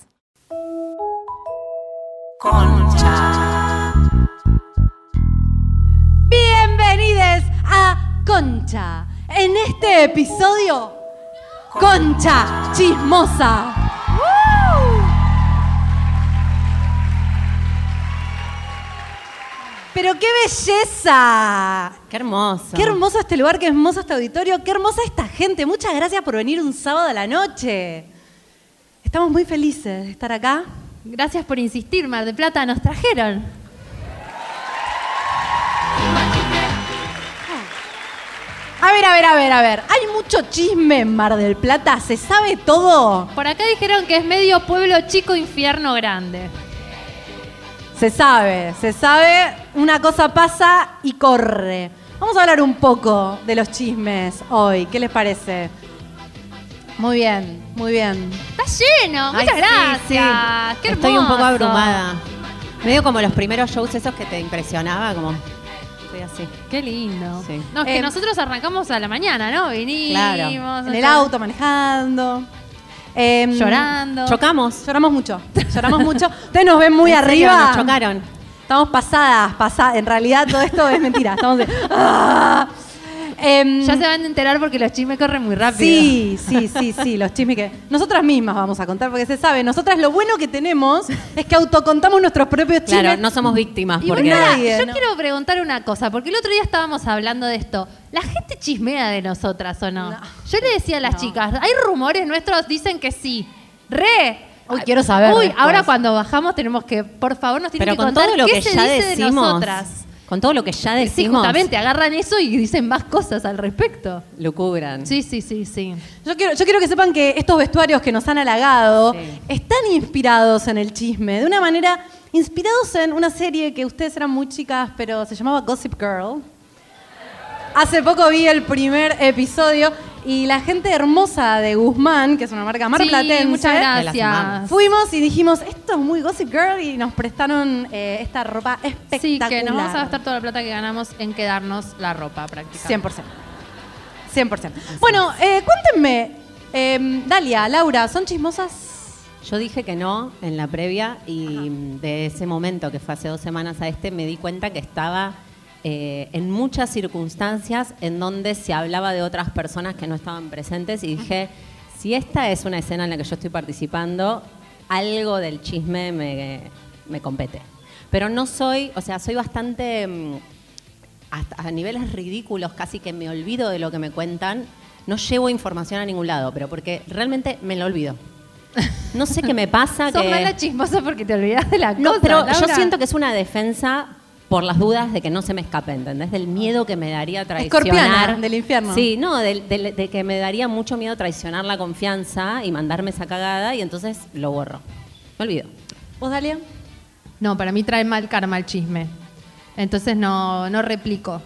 Concha. Bienvenidos a Concha. En este episodio, Concha Chismosa. Pero qué belleza. Qué hermoso. Qué hermoso este lugar, qué hermoso este auditorio, qué hermosa esta gente. Muchas gracias por venir un sábado a la noche. Estamos muy felices de estar acá. Gracias por insistir, Mar de Plata, nos trajeron. A ver, a ver, a ver, a ver. Hay mucho chisme en Mar del Plata, se sabe todo. Por acá dijeron que es medio pueblo chico, infierno grande. Se sabe, se sabe, una cosa pasa y corre. Vamos a hablar un poco de los chismes hoy, ¿qué les parece? Muy bien, muy bien. Está lleno, Ay, muchas gracias. sí, sí. Qué Estoy un poco hermoso. abrumada. Medio como los primeros shows esos que te impresionaba, como. Estoy así. Qué lindo. Sí. Em, No, es que Eh, nosotros arrancamos a la mañana, ¿no? Vinimos. En el auto, manejando. Em, Mm. Llorando. Chocamos. Lloramos mucho, lloramos mucho. Ustedes nos ven muy En serio, arriba. Nos chocaron. Estamos pasadas, pasadas. En realidad todo esto es mentira. Estamos de- ¡Ah! Em, Ya se van a enterar porque los chismes corren muy rápido. Sí, sí, sí, sí, los chismes que nosotras mismas vamos a contar porque se sabe, nosotras lo bueno que tenemos es que autocontamos nuestros propios chismes. Claro, no somos víctimas Y porque. bueno, nadie, pará, yo ¿no? quiero preguntar una cosa, porque el otro día estábamos hablando de esto. ¿La gente chismea de nosotras o no? No. Yo le decía a las chicas, hay rumores nuestros, dicen que sí. ¡Re! Uy, quiero saber Uy, después. ahora cuando bajamos tenemos que, por favor, nos tienen Pero que con contar todo lo qué que se ya dice de decimos. nosotras. Con todo lo que ya decimos. Sí, justamente, agarran eso y dicen más cosas al respecto. Lucubran. Sí, sí, sí, sí. Yo quiero, yo quiero que sepan que estos vestuarios que nos han halagado Sí. están inspirados en el chisme, de una manera inspirados en una serie que ustedes eran muy chicas, pero se llamaba Gossip Girl. Hace poco vi el primer episodio y la gente hermosa de Guzmán, que es una marca Sí, marplatense, muchas Te las amamos. gracias. fuimos y dijimos, esto es muy Gossip Girl y nos prestaron eh, esta ropa Sí, espectacular. que nos vamos a gastar toda la plata que ganamos en quedarnos la ropa prácticamente. 100%. 100%. Bueno, eh, cuéntenme, eh, Dalia, Laura, ¿son chismosas? Yo dije que no en la previa y mm, de ese momento que fue hace dos semanas a este me di cuenta que estaba eh, en muchas circunstancias en donde se hablaba de otras personas que no estaban presentes y dije, si esta es una escena en la que yo estoy participando, algo del chisme me, me compete. Pero no soy, o sea, soy bastante... mm, hasta a niveles ridículos, casi que me olvido de lo que me cuentan. No llevo información a ningún lado, pero porque realmente me lo olvido. No sé qué me pasa. Sos que... mala chismosa porque te olvidás de la cosa. Eh, No, pero yo Laura. siento que es una defensa por las dudas de que no se me escape, ¿entendés? Del miedo que me daría traicionar. Escorpiana, del infierno. Sí, no, del- del- de, que me daría mucho miedo traicionar la confianza y mandarme esa cagada y entonces lo borro. Me olvido. ¿Vos, Dalia? No, para mí trae mal karma el chisme. Entonces no, no replico.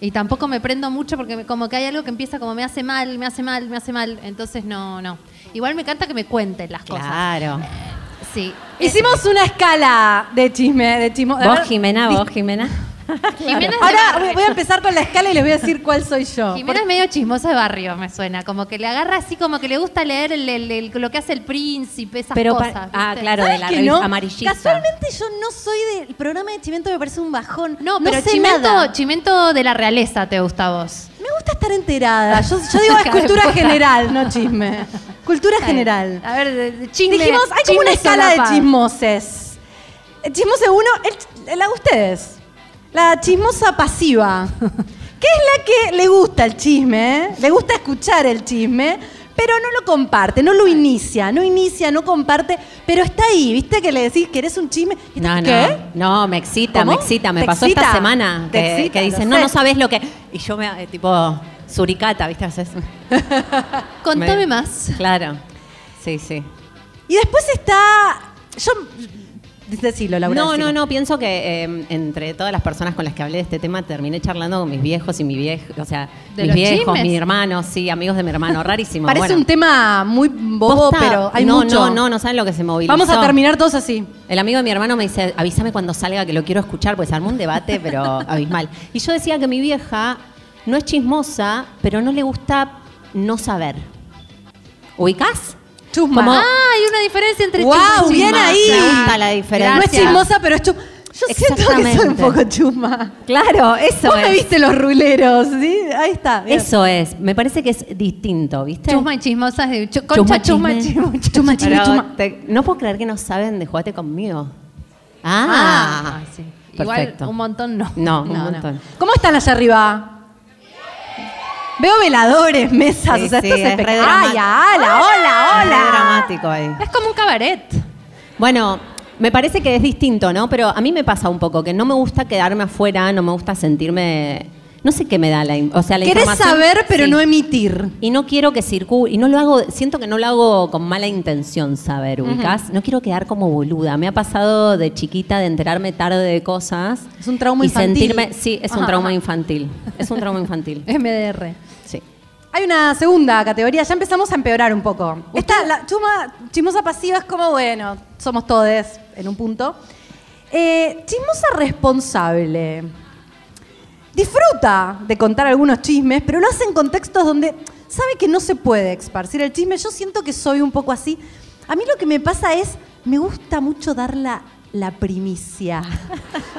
Y tampoco me prendo mucho porque me- como que hay algo que empieza como me hace mal, me hace mal, me hace mal. Entonces no, no. Igual me encanta que me cuenten las cosas. Claro. Sí. Hicimos una escala de chisme, de chismo. de Vos, ver- Jimena, vos, Jimena. Jimena, es de Ahora barrio. voy- voy a empezar con la escala y les voy a decir cuál soy yo. Jimena es medio chismosa de barrio, me suena. Como que le agarra así, como que le gusta leer el- el- el- lo que hace el príncipe, esas Pero pa- cosas. ah, ¿viste? claro, de ¿Sabes la que revista no? amarillista. Casualmente yo no soy del programa de Chimento, me parece un bajón. No, pero sé chimento, nada. chimento de la realeza te gusta a vos. Me gusta estar enterada. Yo, yo digo es cultura general, no chisme. Cultura general. A ver, de- de chisme. Dijimos, hay como una chisme escala de solapado. chismoses. El chismose uno, el- la de ustedes. La chismosa pasiva. Que es la que le gusta el chisme, ¿eh? le gusta escuchar el chisme, pero no lo comparte, no lo inicia, no inicia, no comparte, pero está ahí, ¿viste? Que le decís que eres un chisme. y No, estás, ¿Qué? no, no, me excita, ¿Cómo? me excita, me ¿Te pasó excita? esta semana Te que, excita, que dicen, lo no, sé. no sabes lo que... Y yo me, eh, tipo, suricata, ¿viste? Haces- Contame me- más. Claro, sí, sí. Y después está. Yo Decilo, Laura. no, no, decilo. no, pienso que eh, entre todas las personas con las que hablé de este tema terminé charlando con mis viejos y mi viejo, o sea, ¿De mis los viejos, chismes? mi hermano, sí, amigos de mi hermano, rarísimo. Parece bueno. un tema muy bobo, Posta, pero hay no, mucho. No, no, no saben lo que se movilizó. Vamos a terminar todos así. El amigo de mi hermano me dice, avísame cuando salga que lo quiero escuchar, pues armó un debate, pero abismal. Y yo decía que mi vieja no es chismosa, pero no le gusta no saber. ¿Ubicás? Chusma. Como- Ah, hay una diferencia entre Guau, chismes y bien chismas. ahí. Me gusta la diferencia. No es chismosa, pero es chusma. Yo siento que soy un Exactamente. poco chusma. Claro, eso Vos me es. viste los ruleros, ¿sí? Ahí está. bien. Eso es. Me parece que es distinto, ¿viste? Chusma y chismosas de chu- concha, chusma, chisme. chismo, Chusma, chisme, Pero chusma. te- no puedo creer que no saben de jugate conmigo. Ah, Ah, sí. Igual Perfecto. un montón no. No, un montón. ¿Cómo están allá arriba? Veo veladores, mesas, Sí, o sea, sí, esto es es re espectacular. ¡Ay, dramático. ala, hola, Es re hola! dramático ahí. Es como un cabaret. Bueno, me parece que es distinto, ¿no? Pero a mí me pasa un poco que no me gusta quedarme afuera, no me gusta sentirme. No sé qué me da la. in- O sea, la Querés información- saber, pero Sí. no emitir. Y no quiero que circule. Y no lo hago. Siento que no lo hago con mala intención saber, ubicás. No quiero quedar como boluda. Me ha pasado de chiquita de enterarme tarde de cosas. Es un trauma y infantil. Ah, Sentirme, sí, es un Ajá, trauma ajá. infantil. Es un trauma infantil. MDR. Sí. Hay una segunda categoría, ya empezamos a empeorar un poco. Esta, la chuma, chismosa pasiva es como, bueno, somos todes en un punto. Eh, chismosa responsable. Disfruta de contar algunos chismes, pero lo hace en contextos donde sabe que no se puede esparcir el chisme. Yo siento que soy un poco así. A mí lo que me pasa es, me gusta mucho dar la, la primicia.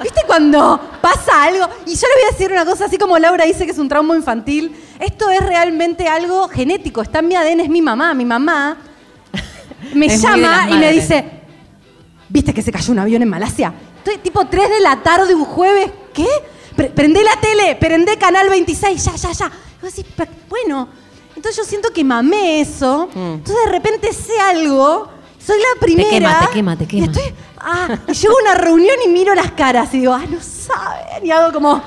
¿Viste cuando pasa algo? Y yo les voy a decir una cosa, así como Laura dice que es un trauma infantil, esto es realmente algo genético, está en mi ADN, es mi mamá. Mi mamá me Es muy de las llama y me madres. dice, ¿Viste que se cayó un avión en Malasia? Estoy tipo 3 de la tarde un jueves. ¿Qué? Pre- prendé la tele, prendé Canal 26, ya, ya, ya. Y vos decís, "Pa- bueno, entonces yo siento que mamé eso. Entonces de repente sé algo, soy la primera. quema, Mm. te quema, te y quema. estoy- ah, y llego a una reunión y miro las caras y digo, ah, no saben. Y hago como...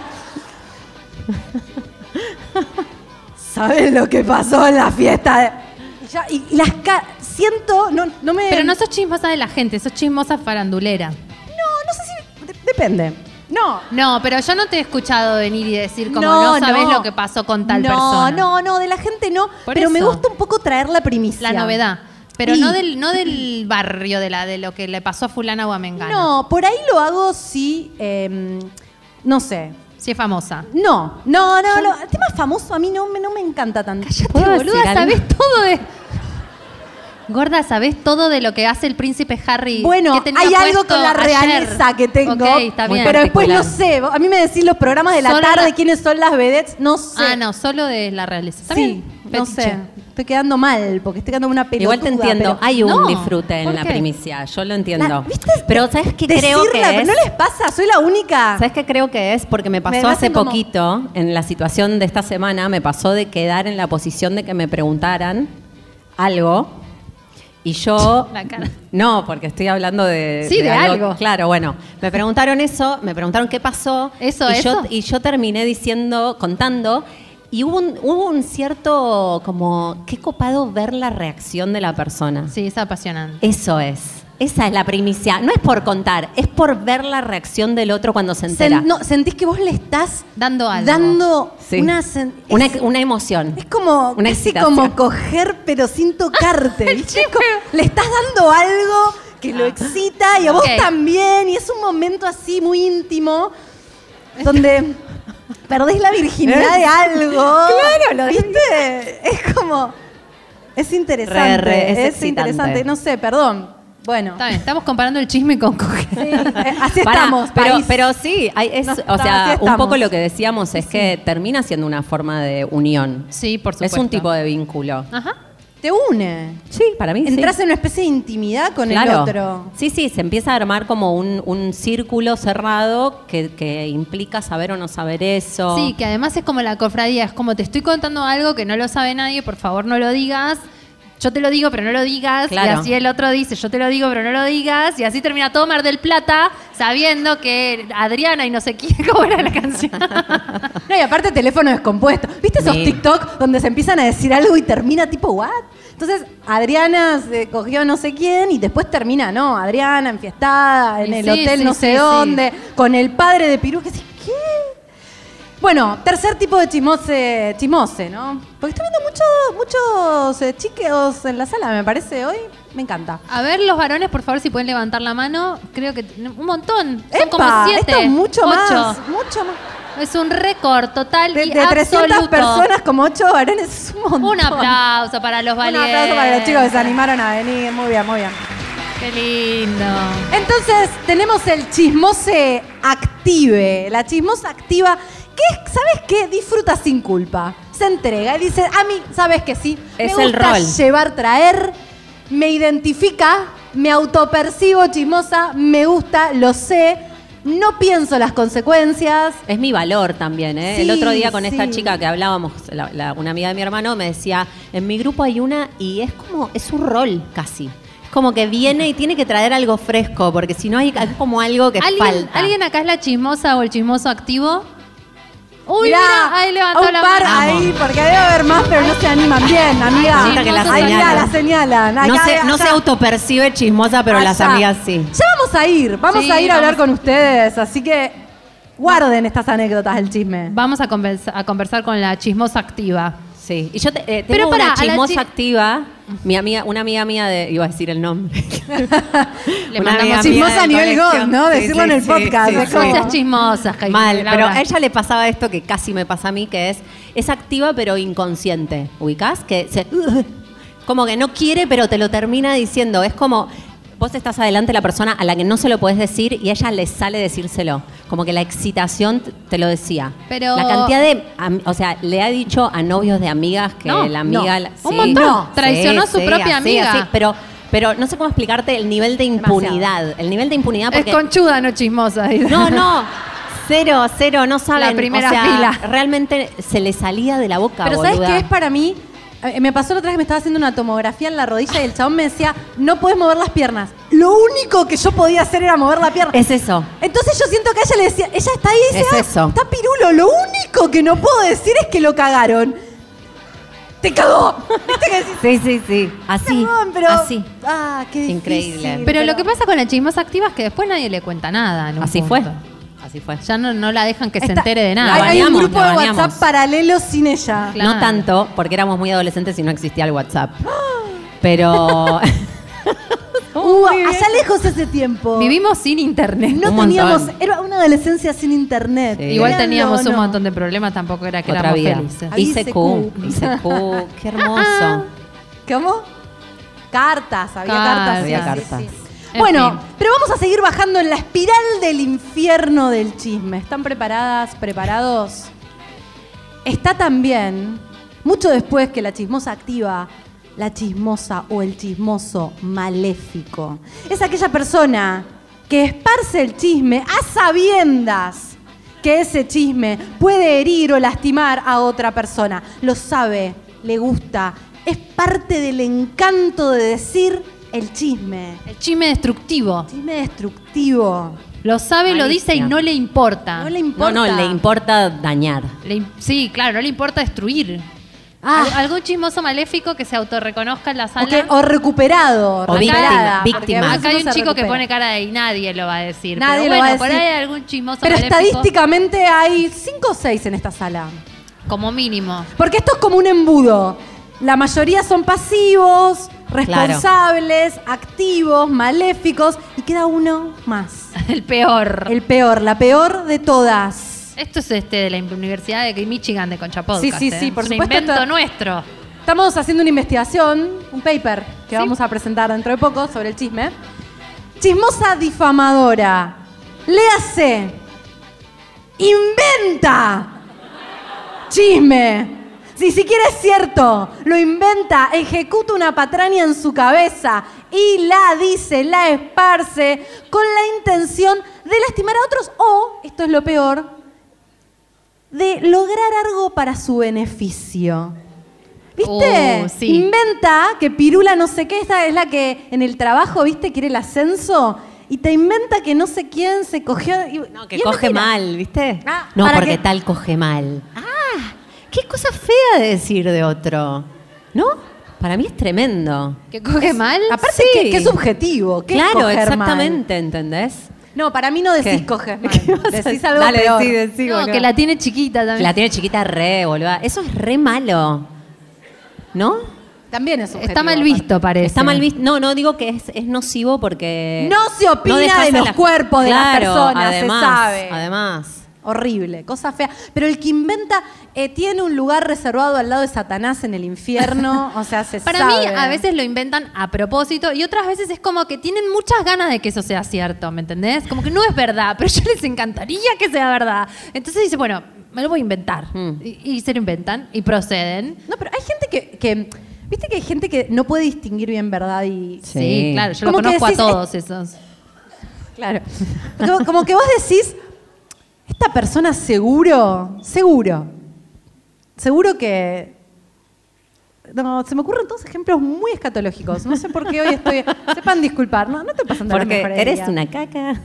¿Saben lo que pasó en la fiesta? de-?" Y, ya- y- y las caras... Siento, no, no me... Pero no sos chismosa de la gente, sos chismosa farandulera. No, no sé si. de- depende. No. No, pero yo no te he escuchado venir y decir como no, sabes lo que pasó con tal no, persona. No, no, de la gente no. Por pero me eso. gusta un poco traer la primicia. La novedad. Pero Sí. no del, no del barrio, de la, de lo que le pasó a fulana o a Mengana. No, por ahí lo hago si. eh, no sé. Si es famosa. No, no, no, no. El tema famoso a mí no, me- no me encanta tanto. Te ¿Puedo boluda, decir algo? sabés todo de. Gorda, sabés todo de lo que hace el príncipe Harry. Bueno, que tenía hay algo puesto con la ayer. realeza que tengo. Ok, está bien. Pero después no particular. sé. A mí me decís los programas de la Solo tarde, la- quiénes son las vedettes, no sé. Ah, no, solo de la realeza. Está Sí, bien, no fetiche. sé. Estoy quedando mal porque estoy quedando una pelotuda. Igual te entiendo, pero- hay un No, disfrute ¿por en la qué? primicia, yo lo entiendo. La- ¿viste? Pero ¿sabes qué creo que Decirla, es? ¿No les pasa? Soy la única. Ah. ¿Sabes qué creo que es? Porque me pasó Me hace hacen como- poquito, en la situación de esta semana, me pasó de quedar en la posición de que me preguntaran algo y yo... La cara. No, porque estoy hablando de... Sí, de algo. Claro, bueno. Me preguntaron eso, me preguntaron qué pasó. Eso, y eso. Yo, y yo terminé diciendo, contando... Y hubo un, hubo un cierto, como, qué copado ver la reacción de la persona. Sí, es apasionante. Eso es. Esa es la primicia. No es por contar, es por ver la reacción del otro cuando se Sen- entera. no, sentís que vos le estás Dando algo. dando Sí. una, sen- una, es, una emoción. es como una casi excitación. como coger pero sin tocarte. ¿viste? Es como- le estás dando algo que lo excita y a vos Ok. también y es un momento así muy íntimo donde perdés la virginidad ¿Eh? de algo. Claro, lo ¿Viste? Es como es interesante, Re, re, es excitante. interesante, no sé, perdón. Bueno. Está bien, estamos comparando el chisme con coger. Sí, eh, así Pará, estamos, pero, país. pero sí, hay- es, No, o está, así sea, estamos. un poco lo que decíamos es que termina siendo una forma de unión. Sí, por supuesto. Es un tipo de vínculo. Ajá. te une. Sí, para mí Entrás sí. en una especie de intimidad con el Claro. otro. Sí, sí, se empieza a armar como un, un círculo cerrado que, que implica saber o no saber Oh. eso. Sí, que además es como la cofradía, es como te estoy contando algo que no lo sabe nadie, por favor no lo digas. Yo te lo digo, pero no lo digas. Y Claro. así el otro dice, yo te lo digo, pero no lo digas. Y así termina todo Mar del Plata sabiendo que Adriana y no sé quién, cómo era la canción. No, y aparte teléfono descompuesto. ¿Viste esos Sí. TikTok donde se empiezan a decir algo y termina tipo, ¿what? Entonces, Adriana se cogió no sé quién y después termina, ¿no? Adriana enfiestada, en Y el sí, hotel sí, no sí, sé sí. dónde, con el padre de Pirú, que dice, ¿qué? Bueno, tercer tipo de chismose, chismose, ¿no? Porque estoy viendo muchos, muchos eh, chiqueos en la sala, me parece, hoy. Me encanta. A ver, los varones, por favor, si pueden levantar la mano. Creo que t- un montón. Son ¡Epa! como siete. Esto es mucho ocho. más, mucho más. Es un récord total De, y de 300 absoluto. personas, como 8 varones, es un montón. Un aplauso para los Un valientes. aplauso para los chicos que se animaron a venir. Muy bien, muy bien. Qué lindo. Entonces, tenemos el chismose active, la chismosa activa, que es, ¿sabes qué? Disfruta sin culpa. Se entrega y dice, a mí, ¿sabes que sí? Es me el gusta rol. llevar, traer, me identifica, me autopercibo chismosa, me gusta, lo sé, no pienso las consecuencias. Es mi valor también, ¿eh? Sí, el otro día con esta sí. chica que hablábamos, la- la- una amiga de mi hermano, me decía, en mi grupo hay una y es como, es un rol casi. Es como que viene y tiene que traer algo fresco, porque si no hay hay como algo que ¿Alguien, falta. ¿Alguien acá es la chismosa o el chismoso activo? Uy, Mirá, mira, ahí a levantó un la par mano. ahí, porque debe haber más, pero no se animan bien, amiga. Falta que la Amiga, señalan. la señalan. no Acá, se, no allá. se autopercibe chismosa, pero las Allá. amigas sí. Ya vamos a ir, vamos Sí, a ir a hablar vamos. con ustedes, así que guarden estas anécdotas del chisme. Vamos a, conversa- a conversar con la chismosa activa. Sí, y yo te- eh, tengo Pero pará, una a la chismosa chi- activa, mi amiga, una amiga mía de, iba a decir el nombre. Le Una mandamos amiga chismos. Chismosa mía a del nivel colegio. God, ¿no? Sí, Decirlo sí, en el sí, podcast, sí, es sí. como- Cosas chismosas, Jaime, Mal, la pero verdad. a ella le pasaba esto que casi me pasa a mí, que es, es activa pero inconsciente. ¿Ubicás? Que se, como que no quiere, pero te lo termina diciendo. Es como, vos estás adelante de la persona a la que no se lo podés decir y a ella le sale decírselo. Como que la excitación t- te lo decía. Pero- La cantidad de, am- o sea, le ha dicho a novios de amigas que No, la amiga... no. la- Un montón. Traicionó su propia así, amiga. así, pero... Pero no sé cómo explicarte el nivel de impunidad. El nivel de impunidad Es porque... conchuda, no chismosa. dice. No, no. Cero, cero, no saben. La primera o sea, fila. Realmente se le salía de la boca, Pero boluda. ¿sabes qué es para mí? Eh, Me pasó la otra vez que me estaba haciendo una tomografía en la rodilla y el chabón me decía, no puedes mover las piernas. Lo único que yo podía hacer era mover la pierna. Es eso. Entonces yo siento que a ella le decía, ella está ahí y dice, Es "Ah, eso. está pirulo, lo único que no puedo decir es que lo cagaron. ¡Te cagó! ¿Viste que decís, Sí, sí, sí. Así, "Cagón", pero, así. Ah, qué difícil, Increíble. Pero, lo que pasa con la chismosa activa es que después nadie le cuenta nada. en un Así punto. fue. Así fue. Ya no, no la dejan que se Está- entere de nada. Hay, La hay un baneamos, grupo la de WhatsApp baneamos. paralelo sin ella. Claro. No tanto, porque éramos muy adolescentes y no existía el WhatsApp. Pero... Uh, allá lejos ese tiempo. Vivimos sin internet. no un teníamos, montón. era una adolescencia sin internet. Sí. Igual Créanlo teníamos o un no. montón de problemas, tampoco era que Otra éramos vida. felices. Ay, ICQ. ICQ. ICQ. Qué hermoso. ¿Cómo? Cartas, Cartas. había cartas. sí, Había sí, cartas. sí. En Bueno, fin. pero vamos a seguir bajando en la espiral del infierno del chisme. ¿Están preparadas, preparados? Está también, mucho después que la chismosa activa, la chismosa o el chismoso maléfico. Es aquella persona que esparce el chisme a sabiendas que ese chisme puede herir o lastimar a otra persona. Lo sabe, le gusta, es parte del encanto de decir el chisme. El chisme destructivo. Chisme destructivo. Lo sabe, lo dice y Malicia. Ah. no le importa. No le importa. No, no, le importa dañar. Le im- sí, claro, no le importa destruir. Ah. Al- algún chismoso maléfico que se autorreconozca en la sala. O, que- o recuperado, O recuperada, víctima, porque víctima. a veces Acá hay uno un se chico que recupera. pone cara de y nadie lo va a decir. Nadie Pero lo bueno, va a por decir. ahí hay algún chismoso Pero maléfico, estadísticamente hay 5 o 6 en esta sala. Como mínimo. Porque esto es como un embudo. La mayoría son pasivos, responsables, activos, maléficos y queda uno más. El peor. El peor, la peor de todas. Esto es este de la Universidad de Michigan de Concha Podcast, Sí, sí, ¿eh? sí, por Es un supuesto, invento esto- nuestro. Estamos haciendo una investigación, un paper que vamos a presentar dentro de poco sobre el chisme. Chismosa difamadora. Léase. Inventa. Chisme. Si siquiera es cierto, lo inventa, ejecuta una patraña en su cabeza y la dice, la esparce con la intención de lastimar a otros o, esto es lo peor, de lograr algo para su beneficio. ¿Viste? Uh, Oh, sí. Inventa que Pirula no sé qué, esta es la que en el trabajo, ¿viste? Quiere el ascenso y te inventa que no sé quién se cogió. y- No, que y es coge mentira. mal, ¿viste? Ah, no, ¿para porque qué? tal coge mal. Ah, qué cosa fea de decir de otro. ¿No? Para mí es tremendo. ¿Que coge mal? Aparte, Sí. que, es subjetivo. ¿Qué es claro, coger mal? exactamente, ¿entendés? No, para mí no decís ¿Qué? coges mal. ¿Qué vas a Decís decir? algo Dale, peor. decí, decí, No, boluda. que la tiene chiquita también. La tiene chiquita re, boluda. Eso es re malo. ¿No? También es subjetivo. Está mal visto, parece. Está mal visto. No, no digo que es, es nocivo porque. No se opina dejas de a los cuerpos de las Claro, personas, se además, sabe. Además. Horrible, cosa fea. Pero el que inventa eh, tiene un lugar reservado al lado de Satanás en el infierno. o sea, se Para sabe. mí, a veces lo inventan a propósito y otras veces es como que tienen muchas ganas de que eso sea cierto, ¿me entendés? Como que no es verdad, pero yo les encantaría que sea verdad. Entonces dice, bueno, me lo voy a inventar. Mm. Y, y se lo inventan y proceden. No, pero hay gente que, que- Viste que hay gente que no puede distinguir bien verdad y. Sí. Sí, claro, yo lo Como que conozco decís, a todos esos. Claro. Como, como que vos decís, esta persona seguro, seguro. Seguro que. No, se me ocurren todos ejemplos muy escatológicos. No sé por qué hoy estoy. Sepan disculpar, no, no estoy pasando la Porque mejor eres idea. una caca.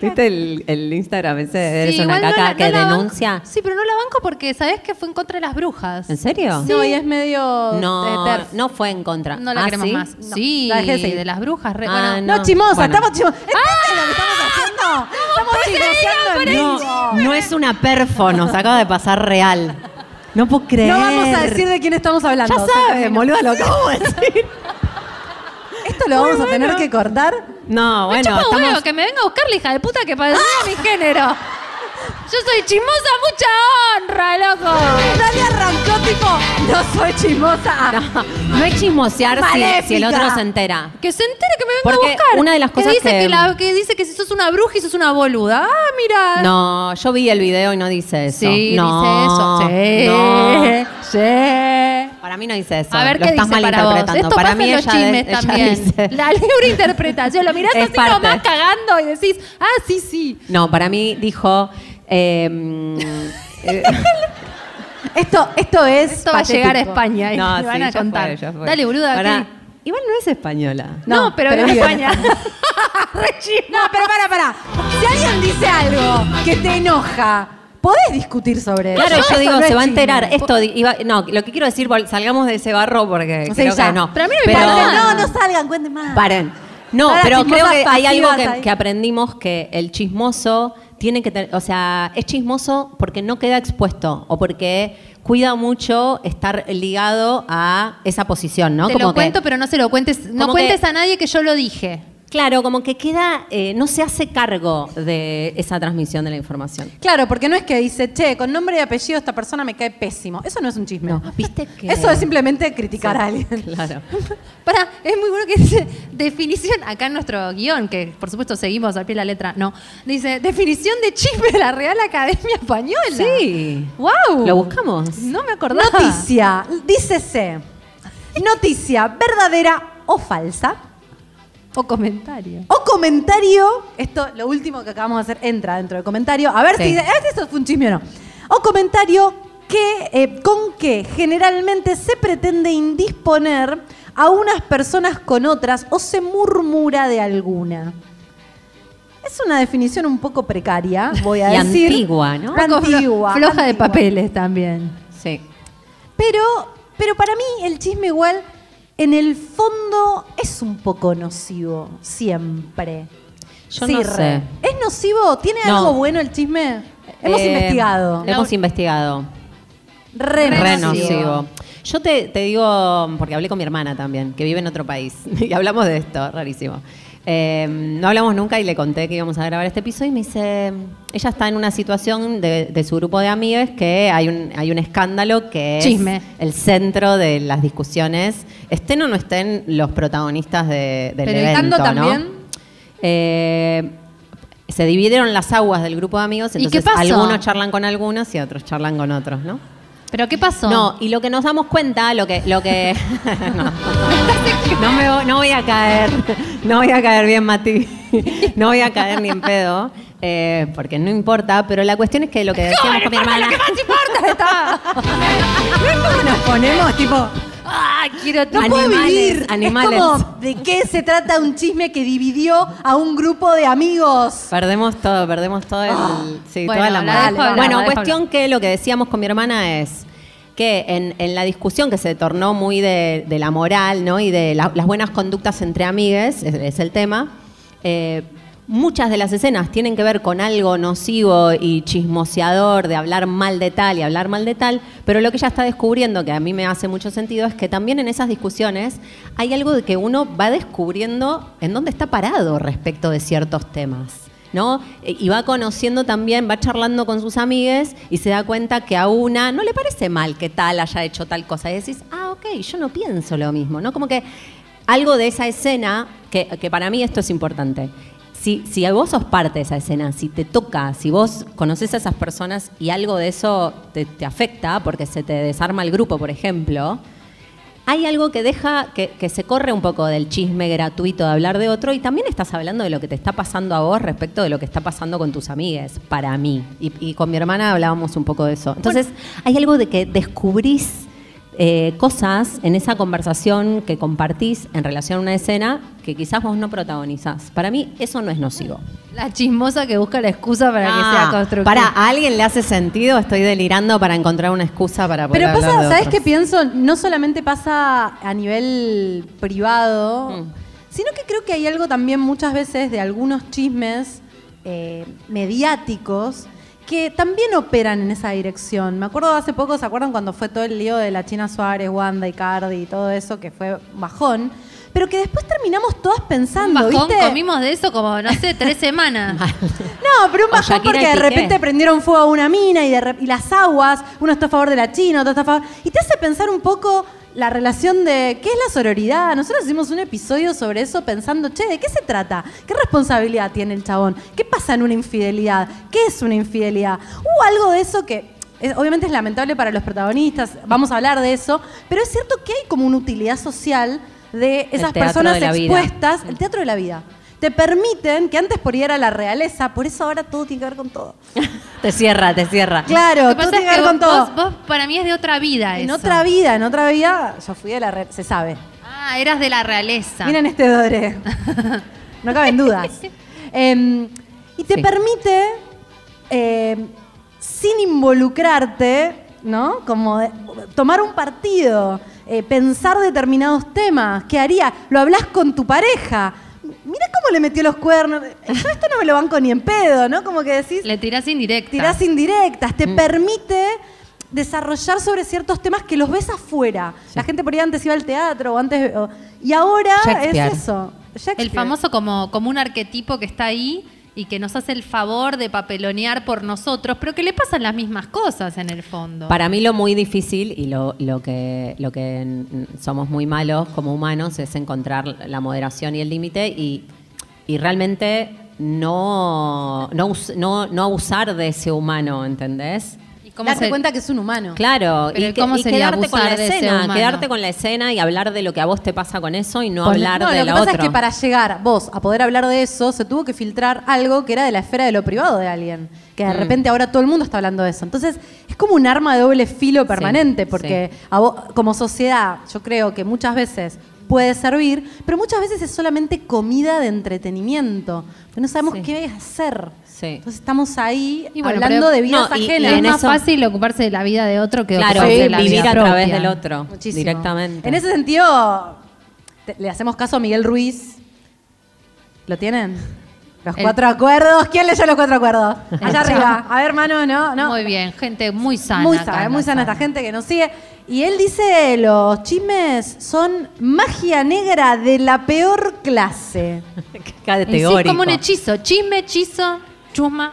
¿Viste el, el Instagram ese? de Eres Sí, una igual no caca la- no que la banco- denuncia. Sí, pero no la banco porque sabés que fue en contra de las brujas. ¿En serio? No, y es medio. No, eh, terf. no fue en contra. No la ¿Ah, queremos sí? más. No, Sí, la dejé de seguir. de las brujas. re- Ah, bueno, No, No, chimosa, bueno. estamos chimosa. Ah. ¿Entendés lo que estamos haciendo? Estamos chismoseando en No, vivo. no es una perfo, nos acaba de pasar real. No puedo creer. No vamos a decir de quién estamos hablando. Ya o sea, saben, que- boluda, lo acabo de decir. Esto lo vamos a tener que cortar. No, Me bueno, chupa un estamos... huevo, que me venga a buscar la hija de puta que padecía mi género. Yo soy chismosa, mucha honra, loco. Dale arrancó tipo, no soy chismosa. Ah, No, no es chismosear si, Maléfica. si el otro se entera. Que se entere que me venga Porque a buscar. una de las cosas que dice que- que... la- que dice que si sos una bruja y sos una boluda. Ah, mira. No, yo vi el video y no dice eso. Sí, No, dice eso. no. Sí. sí. Para mí no dice eso. A ver lo qué estás dice para vos. malinterpretando. Esto para pasa mí en los ella chismes de- ella también. dice- La libre interpretación. Lo mirás Es así parte. nomás cagando y decís, ah, sí, sí. No, para mí dijo. eh, mm, eh, Esto, esto es. Esto va a patético. llegar a España y me van sí, a ya contar. fue, ya fue. Dale, boluda. Pará. ¿qué? Igual no es española. No, No, pero, pero en vive. España. Re Ah, No, chismosa. pero para, para. Si alguien dice algo que te enoja, podés discutir sobre eso. Claro, Eso yo digo, no se es va a enterar. chisme. Esto di- iba- no, lo que quiero decir, vol- salgamos de ese barro porque Sí, creo ya. que no. Pero a mí no me Pero- no, importa. no salgan, cuenten más. Paren. No, Todas las pero creo chismosas que hay algo pasivas que, ahí. que aprendimos que el chismoso tiene que tener, o sea, es chismoso porque no queda expuesto o porque cuida mucho estar ligado a esa posición, ¿no? Te Como lo que- cuento, pero no se lo cuentes. No Como cuentes que- a nadie que yo lo dije. Claro, como que queda, eh, no se hace cargo de esa transmisión de la información. Claro, porque no es que dice, che, con nombre y apellido esta persona me cae pésimo. Eso no es un chisme. No, viste que- Eso es simplemente criticar a alguien. Claro. Para, es muy bueno que dice definición, acá en nuestro guión, que por supuesto seguimos al pie de la letra, no. Dice definición de chisme de la Real Academia Española. Sí. ¡Wow! ¿Lo buscamos? No me acordaba. Noticia, dícese. Noticia verdadera o falsa. O comentario. O comentario, esto lo último que acabamos de hacer entra dentro del comentario, a ver Sí. si a ver si eso fue un chisme o no. O comentario que, eh, con que generalmente se pretende indisponer a unas personas con otras o se murmura de alguna. Es una definición un poco precaria, voy a Y decir. antigua, ¿no? Un poco flo- Antigua. Floja de antigua. papeles también. Sí. Pero, pero para mí el chisme igual, en el fondo, es un poco nocivo, siempre. Yo no Sirre. sé. ¿Es nocivo? ¿Tiene No. algo bueno el chisme? Hemos Eh, investigado. Hemos investigado. Re, Re nocivo. nocivo. Yo te, te digo, porque hablé con mi hermana también, que vive en otro país, y hablamos de esto, rarísimo. Eh, no hablamos nunca y le conté que íbamos a grabar este episodio y me dice, ella está en una situación de, de su grupo de amigas que hay un, hay un escándalo que es Chisme. el centro de las discusiones, estén o no estén los protagonistas de, del Pero el evento. Cando ¿no? también. Eh, se dividieron las aguas del grupo de amigos, ¿Y qué entonces pasó? algunos charlan con algunos y otros charlan con otros, ¿no? ¿Pero qué pasó? No, y lo que nos damos cuenta, lo que, lo que no, no me vo- no voy a caer, no voy a caer bien, Mati, no voy a caer ni en pedo, eh, porque no importa, pero la cuestión es que lo que decíamos con mi hermana, Nos ponemos tipo. ¡Ah, quiero No puedo Animales, vivir. animales. Es como, ¿de qué se trata un chisme que dividió a un grupo de amigos? perdemos todo, perdemos todo el, sí, Bueno, toda la la moral. dejo hablar, la Bueno, dejo cuestión que lo que decíamos con mi hermana es que en, en la discusión que se tornó muy de, de la moral ¿no? y de la- las buenas conductas entre amigues, es, es el tema, eh, muchas de las escenas tienen que ver con algo nocivo y chismoseador, de hablar mal de tal y hablar mal de tal, pero lo que ella está descubriendo, que a mí me hace mucho sentido, es que también en esas discusiones hay algo de que uno va descubriendo en dónde está parado respecto de ciertos temas. ¿no? E- Y va conociendo también, va charlando con sus amigues y se da cuenta que a una no le parece mal que tal haya hecho tal cosa. Y decís, ah, ok, yo no pienso lo mismo, ¿no? Como que algo de esa escena, que, que para mí esto es importante. Si, si vos sos parte de esa escena, si te toca, si vos conoces a esas personas y algo de eso te, te afecta, porque se te desarma el grupo, por ejemplo, hay algo que deja, que, que se corre un poco del chisme gratuito de hablar de otro y también estás hablando de lo que te está pasando a vos respecto de lo que está pasando con tus amigues, para mí. Y, y con mi hermana hablábamos un poco de eso. Entonces, hay algo de que descubrís eh, cosas en esa conversación que compartís en relación a una escena que quizás vos no protagonizás. Para mí, eso no es nocivo. Ah, La chismosa que busca la excusa para que sea constructiva. para ¿a alguien le hace sentido, estoy delirando para encontrar una excusa para poder Pero hablar pasa, de ¿sabes otros. qué pienso? No solamente pasa a nivel privado, Mm. sino que creo que hay algo también muchas veces de algunos chismes eh, mediáticos que también operan en esa dirección. Me acuerdo hace poco, ¿se acuerdan cuando fue todo el lío de la China Suárez, Wanda y Cardi y todo eso, que fue bajón? Pero que después terminamos todas Un pensando, bajón, ¿viste? comimos de eso como, no sé, tres semanas. No, pero un O bajón Shakira porque y de Piqué. repente prendieron fuego a una mina y, de re- y las aguas, uno está a favor de la China, otro está a favor. Y te hace pensar un poco la relación de qué es la sororidad. Nosotros hicimos un episodio sobre eso pensando, che, ¿de qué se trata? ¿Qué responsabilidad tiene el chabón? ¿Qué pasa en una infidelidad? ¿Qué es una infidelidad? Hubo algo de eso que. es- obviamente es lamentable para los protagonistas, vamos a hablar de eso, pero es cierto que hay como una utilidad social de esas teatro personas de la vida. expuestas estás- Mm. el teatro de la vida. Te permiten que antes por ir a la realeza, por eso ahora todo tiene que ver con todo. Te cierra, te cierra. Claro, Lo que todo pasa tiene es que ver con que vos, todo. vos- para mí es de otra vida en eso. otra vida, en otra vida, yo fui de la realeza, se sabe. Ah, eras de la realeza. Miren este dore. No caben dudas. Em, y te Sí. permite, em, sin involucrarte, ¿no? Como de- tomar un partido, eh, pensar determinados temas. ¿Qué haría? Lo hablas con tu pareja. Mira cómo le metió los cuernos. Yo esto no me lo banco ni en pedo, ¿no? Como que decís, Le tirás indirecta. tirás indirectas, te permite desarrollar sobre ciertos temas que los ves afuera. La gente por ahí antes iba al teatro o antes o- y ahora Shakespeare. es eso. Shakespeare. El famoso como, como un arquetipo que está ahí y que nos hace el favor de papelonear por nosotros, pero que le pasan las mismas cosas en el fondo. Para mí lo muy difícil y lo, lo que, lo que mm, somos muy malos como humanos es encontrar la moderación y el límite y, y realmente no, no, us- no, no abusar de ese humano, ¿entendés? ¿Y cómo Darte se- cuenta que es un humano. Claro, Pero y, que- ¿cómo y sería quedarte con la abusar de ese escena, humano? quedarte con la escena y hablar de lo que a vos te pasa con eso y no hablar no, de lo la que pasa otra. es que para llegar vos a poder hablar de eso, se tuvo que filtrar algo que era de la esfera de lo privado de alguien. Que Mm. de repente ahora todo el mundo está hablando de eso. Entonces, es como un arma de doble filo permanente, sí. porque a vos, como sociedad, yo creo que muchas veces puede servir, pero muchas veces es solamente comida de entretenimiento. que No sabemos Sí. qué hacer. Sí. Entonces estamos ahí Y bueno, hablando pero- de vidas no, y- y Y ajenas. es en más eso- fácil ocuparse de la vida de otro que Claro, ocuparse de la vivir vida a través propia. del otro Muchísimo. directamente. En ese sentido, te- le hacemos caso a Miguel Ruiz. ¿Lo tienen? Los El- cuatro acuerdos. ¿Quién leyó los cuatro acuerdos? El Allá arriba. A ver, hermano, no, no. Muy bien, gente muy sana. Muy acá sana, en muy la sana sala. esta gente que nos sigue. Y él dice, los chismes son magia negra de la peor clase. Qué Y sí, Categórico. es como un hechizo. Chisme, hechizo, chusma.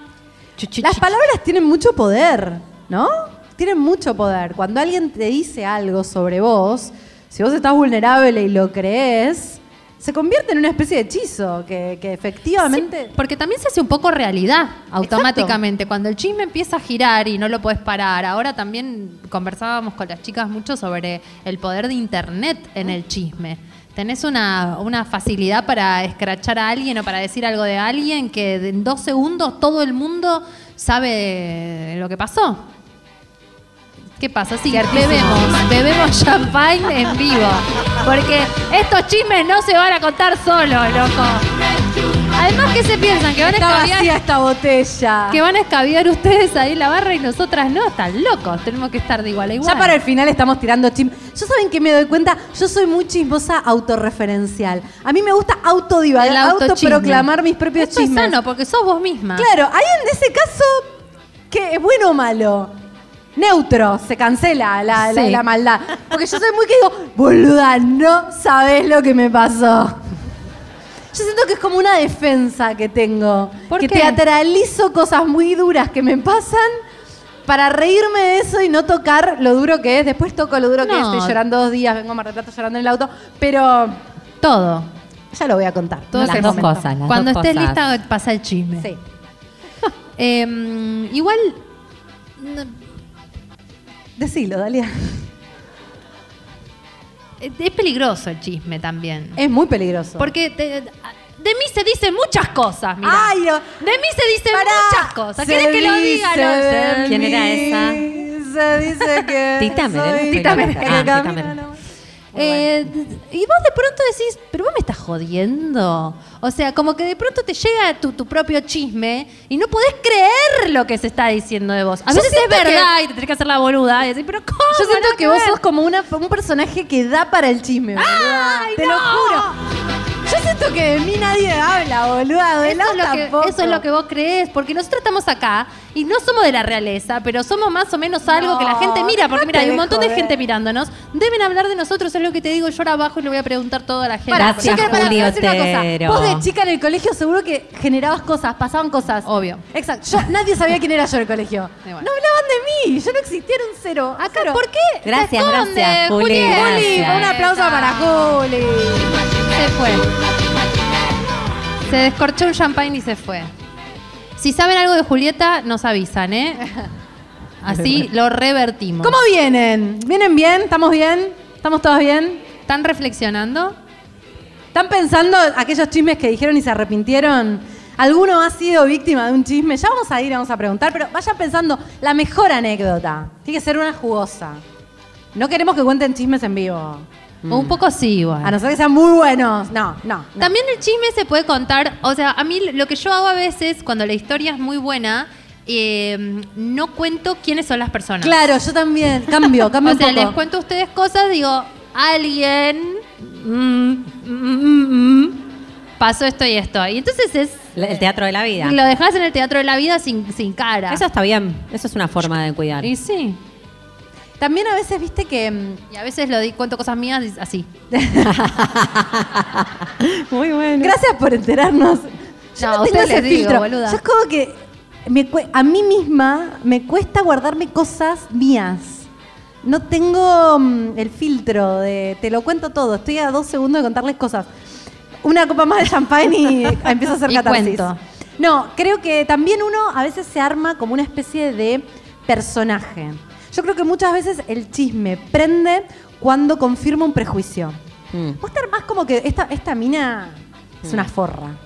chuchu, Las chuchu. palabras tienen mucho poder, ¿no? Tienen mucho poder. Cuando alguien te dice algo sobre vos, si vos estás vulnerable y lo crees, se convierte en una especie de hechizo que, que efectivamente... Sí, porque también se hace un poco realidad automáticamente. Cuando el chisme empieza a girar y no lo puedes parar. Ahora también conversábamos con las chicas mucho sobre el poder de internet en el chisme. Tenés una, una facilidad para escrachar a alguien o para decir algo de alguien que en dos segundos todo el mundo sabe lo que pasó. ¿Qué pasa? Sí, bebemos, bebemos champagne en vivo. Porque estos chismes no se van a contar solos, loco. Hay Además, ¿qué se piensan? Que van a Está vacía escabiar, esta botella. que van a escabiar ustedes ahí la barra y nosotras no, están locos. Tenemos que estar de igual a igual. Ya para el final estamos tirando chismes. Yo saben que me doy cuenta, yo soy muy chismosa autorreferencial. A mí me gusta autodivagar, El autochisme. autoproclamar mis propios Esto chismes. es sano, porque sos vos misma. Claro, hay en ese caso que es bueno o malo. Neutro, se cancela la, la- Sí. la maldad. Porque yo soy muy que digo, boluda, no sabes lo que me pasó. Yo siento que es como una defensa que tengo. ¿Por que qué? teatralizo cosas muy duras que me pasan para reírme de eso y no tocar lo duro que es. Después toco lo duro que es. No. Estoy llorando dos días, vengo a Mar del Plata llorando en el auto. Pero Todo. ya lo voy a contar. Todas Las esas dos cosas. cosas, las Cuando dos estés cosas. lista, pasa el chisme. Sí. Eh, igual. no, Decilo, Dalia. eh, Es peligroso el chisme también. Es muy peligroso. Porque te- de mí se dicen muchas cosas, mirá. Ay, no. De mí se dicen Pará. muchas cosas. Se ¿Querés que lo diga? dice No de sé. ¿Quién era mí, esa? Se dice que. Tita Merelo. soy- Tita Merelo. que Ah, Tita camina, Merelo. no. Eh, y vos de pronto decís, pero vos me estás jodiendo. O sea, como que de pronto te llega tu, tu propio chisme y no podés creer lo que se está diciendo de vos. A Yo veces es siento que- verdad y te tenés que hacer la boluda y decís, pero ¿cómo? Yo siento Nada que vos ver. sos como una- un personaje que da para el chisme, boluda. ¡Ay, Te no! lo juro. Yo siento que de mí nadie habla, boluda. De Eso es, Lau lo tampoco. que, eso es lo que vos crees, porque nosotros estamos acá y no somos de la realeza, pero somos más o menos algo No, que la gente mira, dejate porque mira, hay un de montón de joder. gente mirándonos, deben hablar de nosotros, es lo que te digo, yo ahora abajo y le voy a preguntar todo a la gente. Pará, Gracias, chica, pará, te voy a decir una cosa. Julio Vos Otero. de chica en el colegio seguro que generabas cosas, pasaban cosas. Obvio. Exacto. Yo, nadie sabía quién era yo en el colegio. Y bueno. No hablaban de mí. Yo no existía, era un cero. Acá, Ah, ¿por qué? Gracias, ¿Dónde, gracias, Juli. Juli? Juli, gracias. un aplauso para Juli. Se fue. Se descorchó un champagne y se fue. Si saben algo de Julieta, nos avisan, ¿eh? Así lo revertimos. ¿Cómo vienen? ¿Vienen bien? ¿Estamos bien? ¿Estamos todos bien? ¿Están reflexionando? ¿Están pensando aquellos chismes que dijeron y se arrepintieron? ¿Alguno ha sido víctima de un chisme? Ya vamos a ir, vamos a preguntar, pero vayan pensando la mejor anécdota. Tiene que ser una jugosa. No queremos que cuenten chismes en vivo. O un poco sí, igual. Mm. A no ser que sean muy buenos. No, no. no. También el chisme se puede contar, o sea, a mí lo que yo hago a veces cuando la historia es muy buena, eh, no cuento quiénes son las personas. Claro, yo también. Cambio, cambio O sea, un poco. les cuento a ustedes cosas, digo, alguien mm, mm, mm, mm, pasó esto y esto. Y entonces es La- El teatro de la vida. lo dejas en el teatro de la vida sin, sin cara. Eso está bien. Eso es una forma de cuidar. y sí. También a veces viste que mm, Y a veces lo di, cuento cosas mías y- así. Muy bueno. Gracias por enterarnos. Yo no, No, a tengo ustedes ese les digo, filtro. boluda. Yo es como que me cue- a mí misma me cuesta guardarme cosas mías. No tengo mm, el filtro de te lo cuento todo. Estoy a dos segundos de contarles cosas. Una copa más de champán y empiezo a hacer Y catarsis. cuento. No, creo que también uno a veces se arma como una especie de personaje. Yo creo que muchas veces el chisme prende cuando confirma un prejuicio. Mm. Vos te armás como que esta, esta mina es una forra.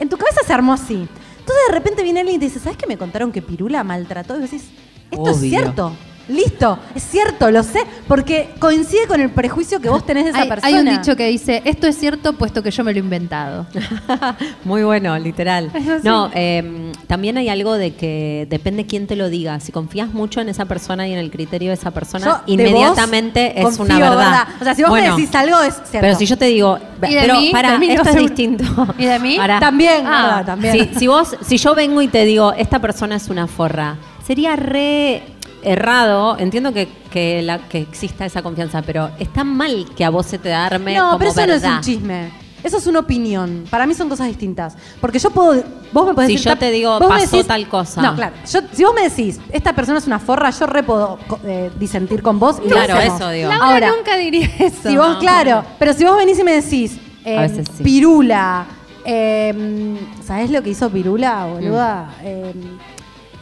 En tu cabeza se armó así. Entonces de repente viene alguien y te dice, ¿sabes qué me contaron que Pirula maltrató? Y vos decís, esto es Obvio. cierto. Listo, es cierto, lo sé, porque coincide con el prejuicio que vos tenés de esa Hay, persona. hay un dicho que dice, esto es cierto puesto que yo me lo he inventado. Muy bueno, literal. Eso sí. No, eh, también hay algo de que depende quién te lo diga. Si confías mucho en esa persona y en el criterio de esa persona, Yo de inmediatamente vos es una confío, verdad. O sea, si vos Bueno, me decís algo, es cierto. Pero si yo te digo, ¿Y de pero mí? para, De mí no, esto es seguro. distinto. ¿Y de mí? Pará. También, Ah, verdad, también. Si, si vos, si yo vengo y te digo, esta persona es una forra, sería re errado, entiendo que, que, la, que exista esa confianza, pero está mal que a vos se te arme No, como pero eso no es verdad. un chisme. Eso es una opinión. Para mí son cosas distintas. Porque yo puedo. Vos me podés Si decir, yo "Ta- te digo, vos me pasó tal cosa". No, claro. Yo- si vos me decís, esta persona es una forra, yo re puedo co- eh, disentir con vos. Y lo Claro, hacemos. eso digo. Laura Ahora, nunca diría eso. si vos, no. claro. Pero si vos venís y me decís, eh, A veces sí. Pirula. eh, ¿Sabés lo que hizo Pirula, boluda? Mm. Eh,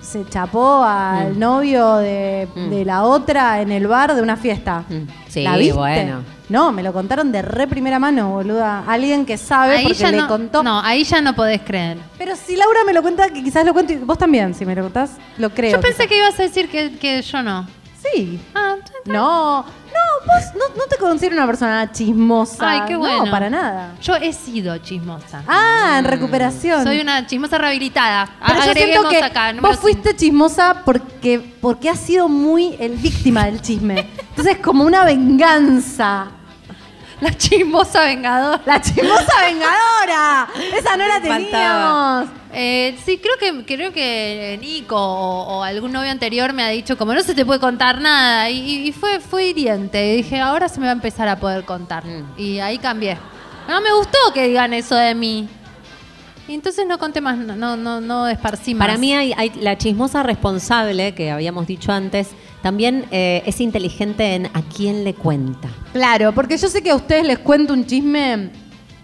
se chapó al novio de, Mm. de la otra en el bar de una fiesta. Mm. Sí, ¿La viste? bueno. No, me lo contaron de re primera mano, boluda. Alguien que sabe Ahí porque ya le no- contó. no, ahí ya no podés creer. Pero si Laura me lo cuenta, que quizás lo cuente. Vos también, si me lo contás, lo creo. Yo pensé quizás. que ibas a decir que, que yo no. Sí. Ah, No, no, vos no, no te considero una persona chismosa. Ay, qué bueno. No, para nada. Yo he sido chismosa. Ah, en recuperación. Soy una chismosa rehabilitada. Pero yo siento Agreguemos que acá, número vos fuiste chismosa porque, porque has sido muy el víctima del chisme. Entonces, como una venganza. cinco. la chismosa vengadora. ¡La chismosa vengadora! Esa no la faltaba. teníamos. Eh, sí, creo que creo que Nico o, o algún novio anterior me ha dicho como no se te puede contar nada y, y fue fue hiriente. Y dije ahora se me va a empezar a poder contar Mm. y ahí cambié. No me gustó que digan eso de mí. Y entonces no conté más, no no no, no esparcí más. Para mí hay, hay- la chismosa responsable, que habíamos dicho antes, también eh, es inteligente en a quién le cuenta. Claro, porque yo sé que a ustedes les cuento un chisme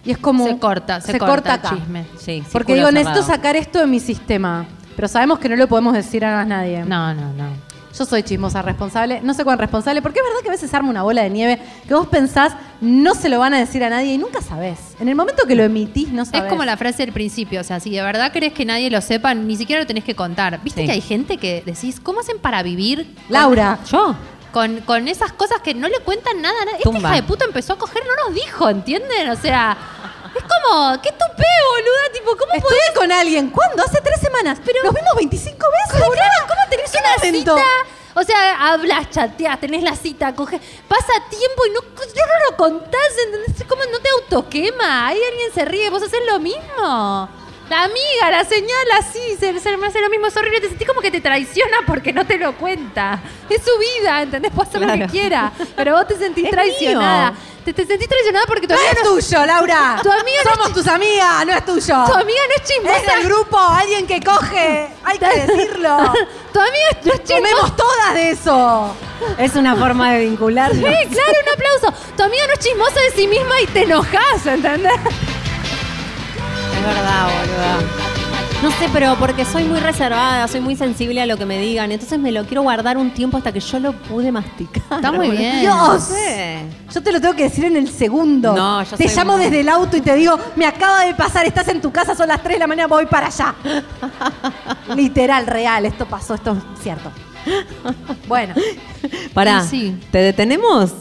y es como. se corta, se, corta corta, acá. el chisme. Sí, círculo Porque digo, necesito cerrado. sacar esto de mi sistema. Pero sabemos que no lo podemos decir a más nadie. No, no, no. Yo soy chismosa responsable, no sé cuán responsable, porque es verdad que a veces arma una bola de nieve que vos pensás no se lo van a decir a nadie y nunca sabés. En el momento que lo emitís, no sabés. Es como la frase del principio, o sea, si de verdad crees que nadie lo sepa, ni siquiera lo tenés que contar. ¿Viste Sí. que hay gente que decís, ¿cómo hacen para vivir? con- Laura. Yo. Con, con esas cosas que no le cuentan nada a nadie. Esta Tumba. hija de puta empezó a coger, no nos dijo, ¿entienden? O sea, es como, qué tupé, boluda, tipo, ¿cómo Estuve con alguien. ¿Cuándo? Hace tres semanas. Pero nos vimos 25 veces. podés? boluda. ¿Cómo tenés ¿Qué una momento? cita? O sea, hablas, chateas, tenés la cita, coges, pasa tiempo y no, no, no lo contás, ¿entendés? Es como no te autoquema? Ahí alguien se ríe, vos haces lo mismo. La amiga, la señala así, se, se me hace lo mismo, es horrible, te sentís como que te traiciona porque no te lo cuenta. Es su vida, ¿entendés? Puedes hacer lo que Claro. quiera, pero vos te sentís Es traicionada. mío. Te, te sentís traicionada porque tu No amiga es no, tuyo, Laura. Tu amiga no Somos tus amigas, no es tuyo. tu amiga no es chismosa. Es del grupo, alguien que coge. Hay que decirlo. tu amiga no es chismosa. Comemos todas de eso. Es una forma de vincularnos. Sí, claro, un aplauso. Tu amiga no es chismosa de sí misma y te enojas, ¿entendés? Es verdad, boluda. No sé, pero porque soy muy reservada, soy muy sensible a lo que me digan, entonces me lo quiero guardar un tiempo hasta que yo lo pude masticar. Está muy boluda. bien. Dios. sé. Yo te lo tengo que decir en el segundo. No, yo te soy llamo muy- desde el auto y te digo, me acaba de pasar, estás en tu casa, son las 3 de la mañana, voy para allá. Literal, real, esto pasó, esto es cierto. Bueno, Pará, Y sí. ¿te detenemos?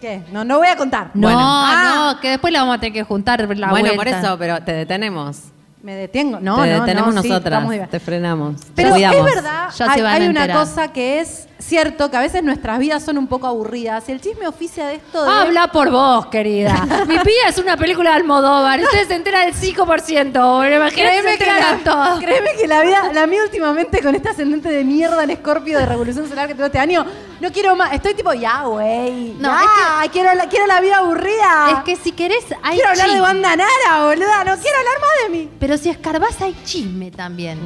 ¿qué? No, no voy a contar. Ah, No, Bueno. no, que después la vamos a tener que juntar la bueno, vuelta. por eso, pero te detenemos. Me detengo. No, te no, detenemos no, sí, nosotras, estamos bien. te frenamos, Pero te cuidamos. es verdad, Ya se hay, van a hay una enterar. cosa que es cierto, que a veces nuestras vidas son un poco aburridas. Y el chisme oficia de esto de... Ah, Habla por vos, querida. Mi pía es una película de Almodóvar. Usted se entera del 5%. boludo. Imagínate, se Créeme que, enteran la, todo. créeme que la vida, la mía últimamente con este ascendente de mierda en escorpio de revolución solar que tengo este año, no quiero más, estoy tipo, ya, güey, No, ya, quiero, la, quiero la vida aburrida. Es que si querés, hay quiero hablar de chisme. banda nara, boluda, no quiero hablar más de mí. Pero si escarbás, hay chisme también.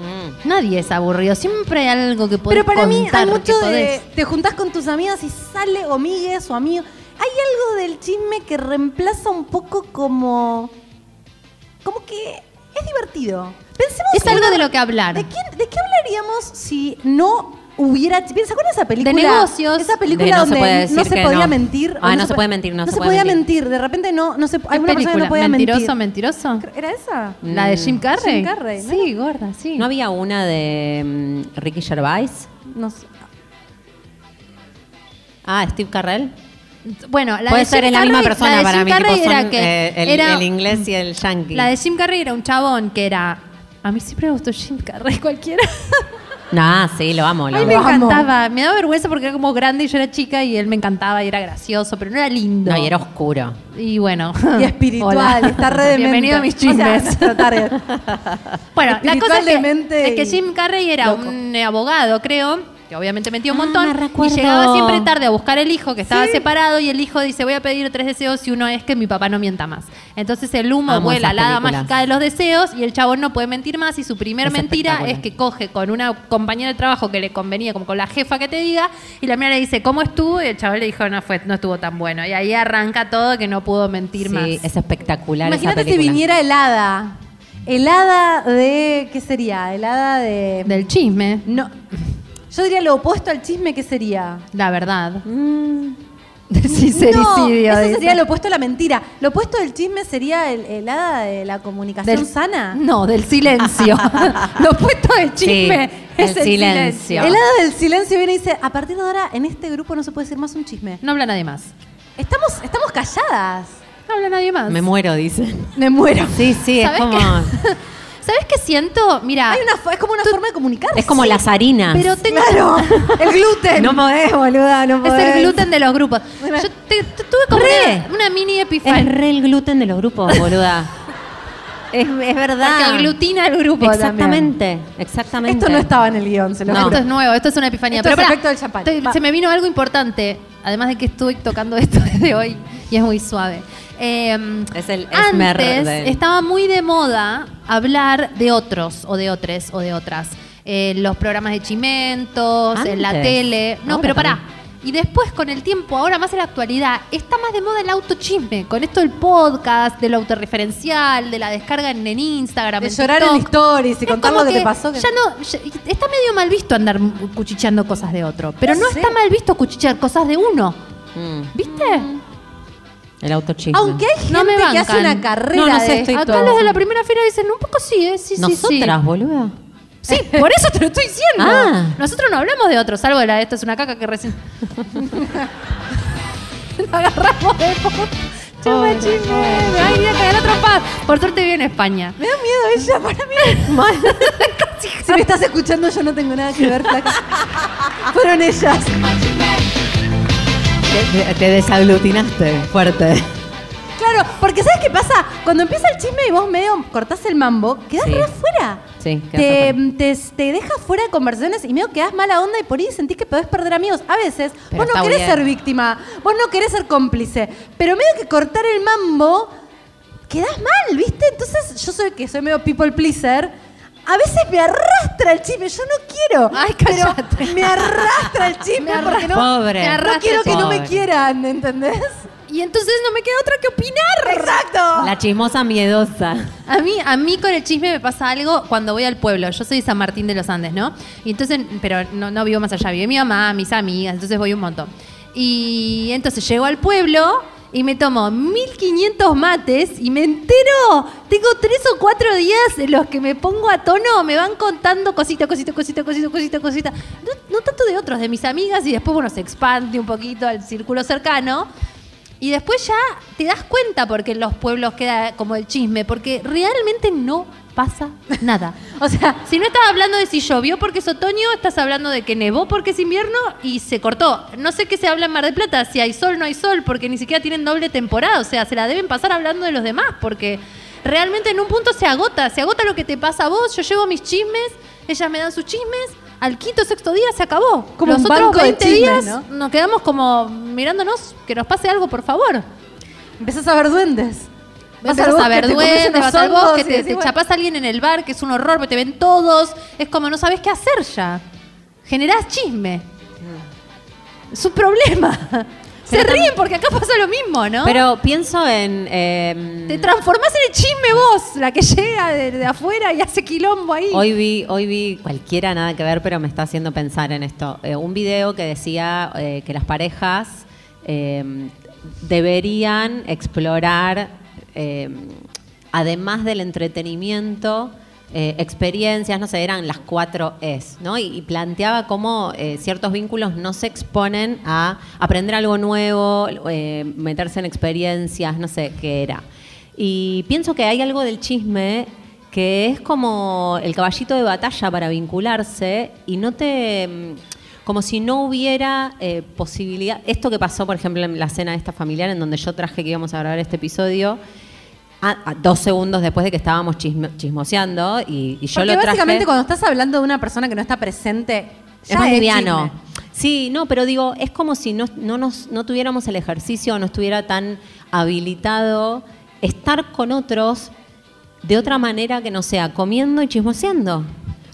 Nadie es aburrido. Siempre hay algo que podés Pero para mí hay contar, que mucho de, podés. te juntás con tus amigas y sale o migues o amigo. Hay algo del chisme que reemplaza un poco como, como que es divertido. Pensemos Es en algo una- de lo que hablar. ¿De, quién- de qué hablaríamos si no hubiera... ch- ¿Se acuerdan esa película? negocios. Esa De película no se donde puede no decir se que podía no. mentir. o Ah, no se puede mentir, no se puede podía mentir. mentir. De repente no, no se, ¿Qué alguna persona que película? no podía ¿Mentiroso, mentir. mentiroso? ¿Era esa? ¿La de Mm. Jim Carrey? Jim Carrey, ¿no? Sí, gorda, sí. ¿No había una de mm, Ricky Gervais? No sé. Ah, Steve Carrell. Bueno, la Puede de ser Jim en la misma Carrey- persona la de para Jim mí, Carrey tipo, son, era que eh, el, era- el inglés y el yankee. La de Jim Carrey era un chabón que era. A mí siempre me gustó Jim Carrey, cualquiera. Nah, sí, lo amo, lo A mí amo. me amo. encantaba. Me daba vergüenza porque era como grande y yo era chica y él me encantaba y era gracioso, pero no era lindo. No, y era oscuro. Y bueno. Ah. Y espiritual, Hola. está re demente. Bienvenido a mis O sea, chismes. nuestro target. bueno, la espiritual, cosa es que, demente es que y Jim Carrey era loco. un eh, abogado, creo, que obviamente metió un Ah, montón. me y recuerdo. llegaba siempre tarde a buscar el hijo que estaba separado y el hijo dice, voy a pedir tres deseos y uno es que mi papá no mienta más. Entonces el humo Amo vuela esas al hada películas. mágica de los deseos y el chabón no puede mentir más y su primer Es mentira espectacular. es que coge con una compañera de trabajo que le convenía, como con la jefa que te diga, y la mía le dice, ¿cómo estuvo? Y el chabón le dijo, no, fue, no estuvo tan bueno. Y ahí arranca todo que no pudo mentir más. Sí, es espectacular Imagínate esa si película. viniera el hada. El hada de... ¿Qué sería? El hada de... Del chisme, No. Yo diría lo opuesto al chisme, ¿qué sería? Mm. la verdad. No, Sincericidio. eso dice. sería lo opuesto a la mentira. Lo opuesto del chisme sería el, el hada de la comunicación Del- sana. No, del silencio. lo opuesto del chisme Es El silencio. El lado del silencio viene y dice, a partir de ahora en este grupo no se puede decir más un chisme. No habla nadie más. Estamos, estamos calladas. No habla nadie más. Me muero, dice. Me muero. Sí, sí, es ¿Sabés como, qué? ¿Sabes qué siento? Mira, Hay una, fo- es como una forma de comunicarse. es como las harinas. pero tengo Claro, el gluten. No podés, boluda, no es el gluten de los grupos. Yo te- tu- tuve como Re. una, una mini es epifanía. re el gluten de los grupos, boluda. es, es Porque verdad. aglutina el grupo también. Exactamente, exactamente. Esto no estaba en el guión, se lo No, juro. esto es nuevo, esto es una epifanía. Esto Pero es pará, efecto del champán. estoy- Va. se me vino algo importante, además de que estoy tocando esto desde hoy y es muy suave. Eh, Es el esmer antes del- estaba muy de moda hablar de otros o de otres o de otras. Eh, los programas de chimentos, en la Antes. tele. No, Ahora pero pará. también. Y después, con el tiempo, ahora más en la actualidad, está más de moda el autochisme. Con esto del podcast, del autorreferencial, de la descarga en, en Instagram. De en llorar en TikTok. stories y Es contar como lo que, te pasó. que- Ya no, ya- está medio mal visto andar cuchicheando cosas de otro, pero Ya no sé. está mal visto cuchichear cosas de uno, Mm, ¿viste? el autochisme. Aunque hay gente No me que hace bancan. una carrera No, no sé, de estoy esto. Acá los de la primera fila dicen, un poco sí, ¿eh? sí, sí, sí. Nosotras, boluda. Sí, por eso te lo estoy diciendo. Ah. Nosotros no hablamos de otro, salvo de la de esto es una caca que recién... Lo agarramos de poco. Chupa chisme, me va a ir a cagar otro paz. Por suerte vive en España. Me da miedo ella, para mí. Mal. si me estás escuchando, yo no tengo nada que ver, flaca. Fueron ellas. Te, te- te desaglutinaste fuerte. Claro, porque ¿sabes qué pasa? Cuando empieza el chisme y vos medio cortás el mambo, quedás Sí. re afuera. Sí, quedás te, mm, afuera. te, te deja fuera de conversaciones y medio quedás mala onda y por ahí sentís que podés perder amigos. A veces Pero vos no está querés bien. ser víctima, vos no querés ser cómplice, pero medio que cortar el mambo, quedás mal, ¿viste? Entonces yo soy que soy medio people pleaser. A veces me arrastra el chisme, yo no quiero. Ay, pero cállate. me arrastra el chisme porque no, Pobre. Me arrastra no quiero que no me Pobre. quieran, ¿entendés? Y entonces no me queda otra que opinar. Exacto. La chismosa miedosa. A mí, a mí con el chisme me pasa algo cuando voy al pueblo. Yo soy de San Martín de los Andes, ¿no? Y entonces, pero no, no vivo más allá, vive mi mamá, mis amigas, entonces voy un montón. Y entonces llego al pueblo y me tomo 1500 mates y me entero, tengo tres o cuatro días en los que me pongo a tono, me van contando cosita, cosita, cosita, cosita, cosita, cosita. No, no tanto de otros, de mis amigas y después, bueno, se expande un poquito al círculo cercano. Y después ya te das cuenta porque en los pueblos queda como el chisme, porque realmente no pasa nada. O sea, Si no estás hablando de si llovió porque es otoño, estás hablando de que nevó porque es invierno y se cortó. No sé qué se habla en Mar del Plata, si hay sol, no hay sol, porque ni siquiera tienen doble temporada. O sea, se la deben pasar hablando de los demás, porque realmente en un punto se agota, se agota lo que te pasa a vos. Yo llevo mis chismes, ellas me dan sus chismes. Al quinto o sexto día se acabó. Como Los un otros banco de 20 chismes, días ¿no? nos quedamos como mirándonos, que nos pase algo, por favor. Empezás a ver duendes. Vas a saber duendes, vas al bosque, te, te chapas. chapás a alguien en el bar, que es un horror, porque te ven todos. Es como no sabes qué hacer ya. Generás chisme. Es un problema. Se Mm. Pero ríen porque acá pasa lo mismo, ¿no? Pero pienso en. em, te transformás en el chisme vos, la que llega de, de afuera y hace quilombo ahí. Hoy vi, hoy vi cualquiera, nada que ver, pero me está haciendo pensar en esto. Eh, un video que decía eh, que las parejas eh, deberían explorar, eh, además del entretenimiento, eh, experiencias, no sé, eran las cuatro es, ¿no? Y, y planteaba cómo eh, ciertos vínculos no se exponen a aprender algo nuevo, eh, meterse en experiencias, no sé qué era. Y pienso que hay algo del chisme que es como el caballito de batalla para vincularse y no te mm, como si no hubiera eh, posibilidad esto que pasó por ejemplo en la cena esta familiar en donde yo traje que íbamos a grabar este episodio a, a dos segundos después de que estábamos chisme- chismoseando y, y yo Porque lo traje básicamente cuando estás hablando de una persona que no está presente, ya es más liviano. liviano. Sí, no, pero digo, es como si no, no, nos, no tuviéramos el ejercicio, no estuviera tan habilitado estar con otros de otra manera que no sea comiendo y chismoseando.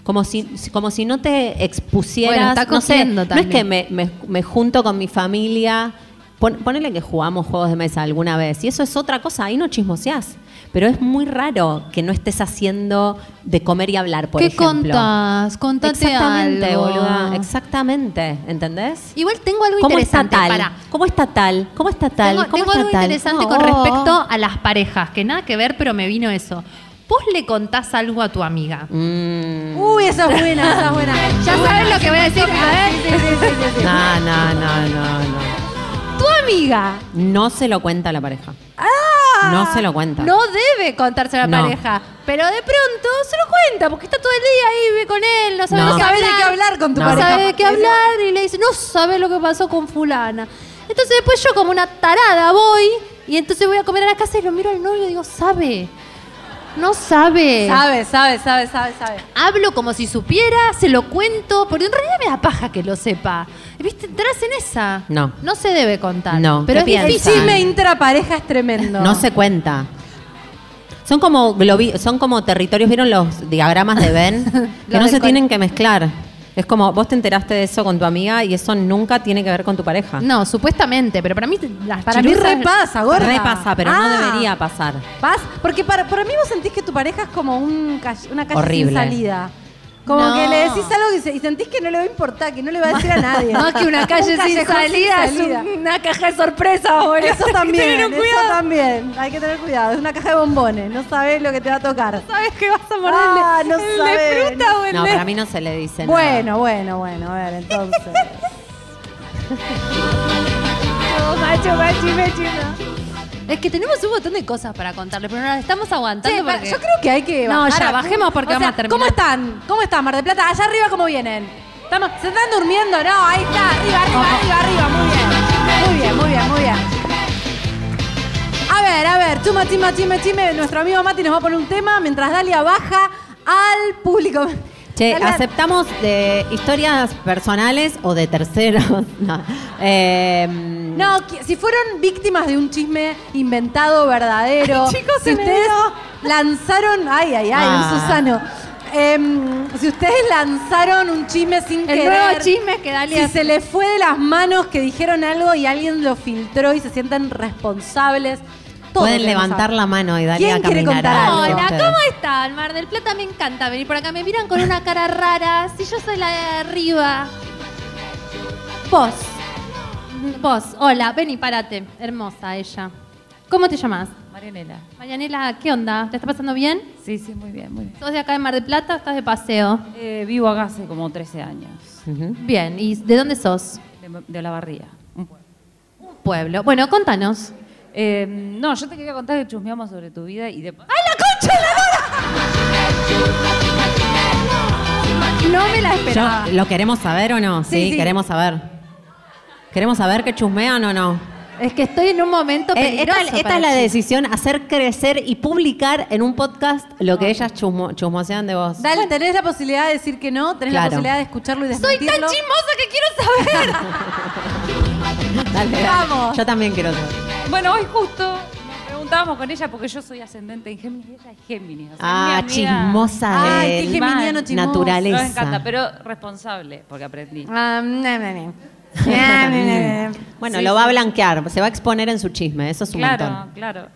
Como si, como si no te expusieras. Bueno, está no, sé, cogiendo no es también. que me, me- me junto con mi familia. Pon- ponele que jugamos juegos de mesa alguna vez. Y eso es otra cosa, ahí no chismoseás. Pero es muy raro que no estés haciendo de comer y hablar, por ¿Qué ejemplo. contás? Contate Exactamente, algo. boluda. Exactamente. ¿Entendés? Igual tengo algo ¿Cómo está interesante tal? para. ¿Cómo está tal? ¿Cómo está tal? Tengo, ¿Cómo tengo está algo tal? interesante Oh. con respecto a las parejas, que nada que ver, pero me vino eso. Vos le contás algo a tu amiga. Mm. Uy, esa es buena, esa es buena. Ya saben lo que voy a decir. A ver, No, no, no, no, no. tu amiga No se lo cuenta a la pareja. No se lo cuenta. Ah. no debe contarse a la No. pareja, pero de pronto se lo cuenta porque está todo el día ahí vive con él, no sabe, No. de qué No sabe de qué hablar con tu no pareja. sabe de qué hablar y le dice, no sabe lo que pasó con fulana. Entonces después yo como una tarada voy y entonces voy a comer a la casa y lo miro al novio y digo, sabe, no sabe. Sabe, sabe, sabe, sabe, sabe. Hablo como si supiera, se lo cuento, porque en realidad me da paja que lo sepa. ¿Viste? Entras en esa. No. No se debe contar. No. Pero es ¿Qué El piensan? difícil. chisme intrapareja es tremendo. No se cuenta. Son como globi- son como territorios, ¿vieron los diagramas de Ben? que Los no del se col- tienen que mezclar. Es como, vos te enteraste de eso con tu amiga y eso nunca tiene que ver con tu pareja. No, supuestamente, pero para mí las Para mí chirurras- repasa, gorda. Repasa, pero no Ah. debería pasar. Vas, porque para, para mí vos sentís que tu pareja es como un call- una calle Horrible. sin salida. Como No. que le decís algo y, se- y sentís que no le va a importar, que no le va a decir a nadie. Más que una calle Un sin callejón salida, es salida. una caja de sorpresa, boludo. Eso también, eso también. Hay que tener cuidado. Es una caja de bombones. No sabés lo que te va a tocar. Sabes que vas a morderle. Ah, no sabés. fruta o el No, de- para mí no se le dice nada. Bueno, bueno, bueno. A ver, entonces. Es que tenemos un montón de cosas para contarles, pero no las estamos aguantando Che, pa- porque- yo creo que hay que No, bajar ya, a- bajemos porque O sea, vamos a terminar. ¿Cómo están? ¿Cómo están, Mar del Plata? Allá arriba, ¿cómo vienen? ¿Estamos, ¿Se están durmiendo? No, ahí está, arriba, arriba, arriba, arriba. Muy bien. Muy bien, muy bien, muy bien. A ver, a ver, chuma, chima, chime, chime. Nuestro amigo Mati nos va a poner un tema mientras Dalia baja al público. Che, Dalia, aceptamos de historias personales o de terceros. No. Eh, No, qui- si fueron víctimas de un chisme inventado, verdadero. chicos, si se me ustedes lanzaron. Ay, ay, ay, Ah. un Susano. Em, si ustedes lanzaron un chisme sin El querer. nuevo chisme que Dalia Si se les fue de las manos que dijeron algo y alguien lo filtró y se sienten responsables. todo pueden queremos levantar saber. la mano y darle ¿Quién a quiere caminar. contar algo. algo? Hola, Ustedes. ¿cómo están? Mar del Plata me encanta venir por acá. Me miran con una cara rara. Si yo soy la de arriba. Vos. Vos, hola, vení, párate. Hermosa ella. ¿Cómo te llamas? Marianela. Marianela, ¿qué onda? ¿Te está pasando bien? Sí, sí, muy bien, muy bien. ¿Sos de acá de Mar del Plata o estás de paseo? Eh, vivo acá hace como 13 años, Ujú. Bien, ¿y de dónde sos? de, de la barría. Mm. un pueblo. Pueblo. Bueno, contanos. Eh, no, yo te quería contar que chusmeamos sobre tu vida y de... No me la Yo- esperaba. ¿Lo queremos saber o no? Sí, sí. queremos saber. ¿Queremos saber que chusmean o no? Es que estoy en un momento Eh, peligroso. esta esta para es la ti. decisión, hacer crecer y publicar en un podcast lo que ellas chusmo- chusmosean de vos. Dale, tenés la posibilidad de decir que no, tenés la Claro. posibilidad de escucharlo y Soy tan desmentirlo. chismosa que quiero saber. Dale, dale. Vamos. Yo también quiero saber. Bueno, hoy justo nos preguntábamos con ella porque yo soy ascendente en Géminis y ella es Géminis. o sea, Ah, es mi amiga. chismosa de Ay, qué geminiano chismoso. naturaleza. Nos encanta, pero responsable, porque aprendí. Ah, na, na, na. Na, na, na, na. Bueno, lo va a blanquear, se va a exponer en su chisme, eso es un claro, montón. claro.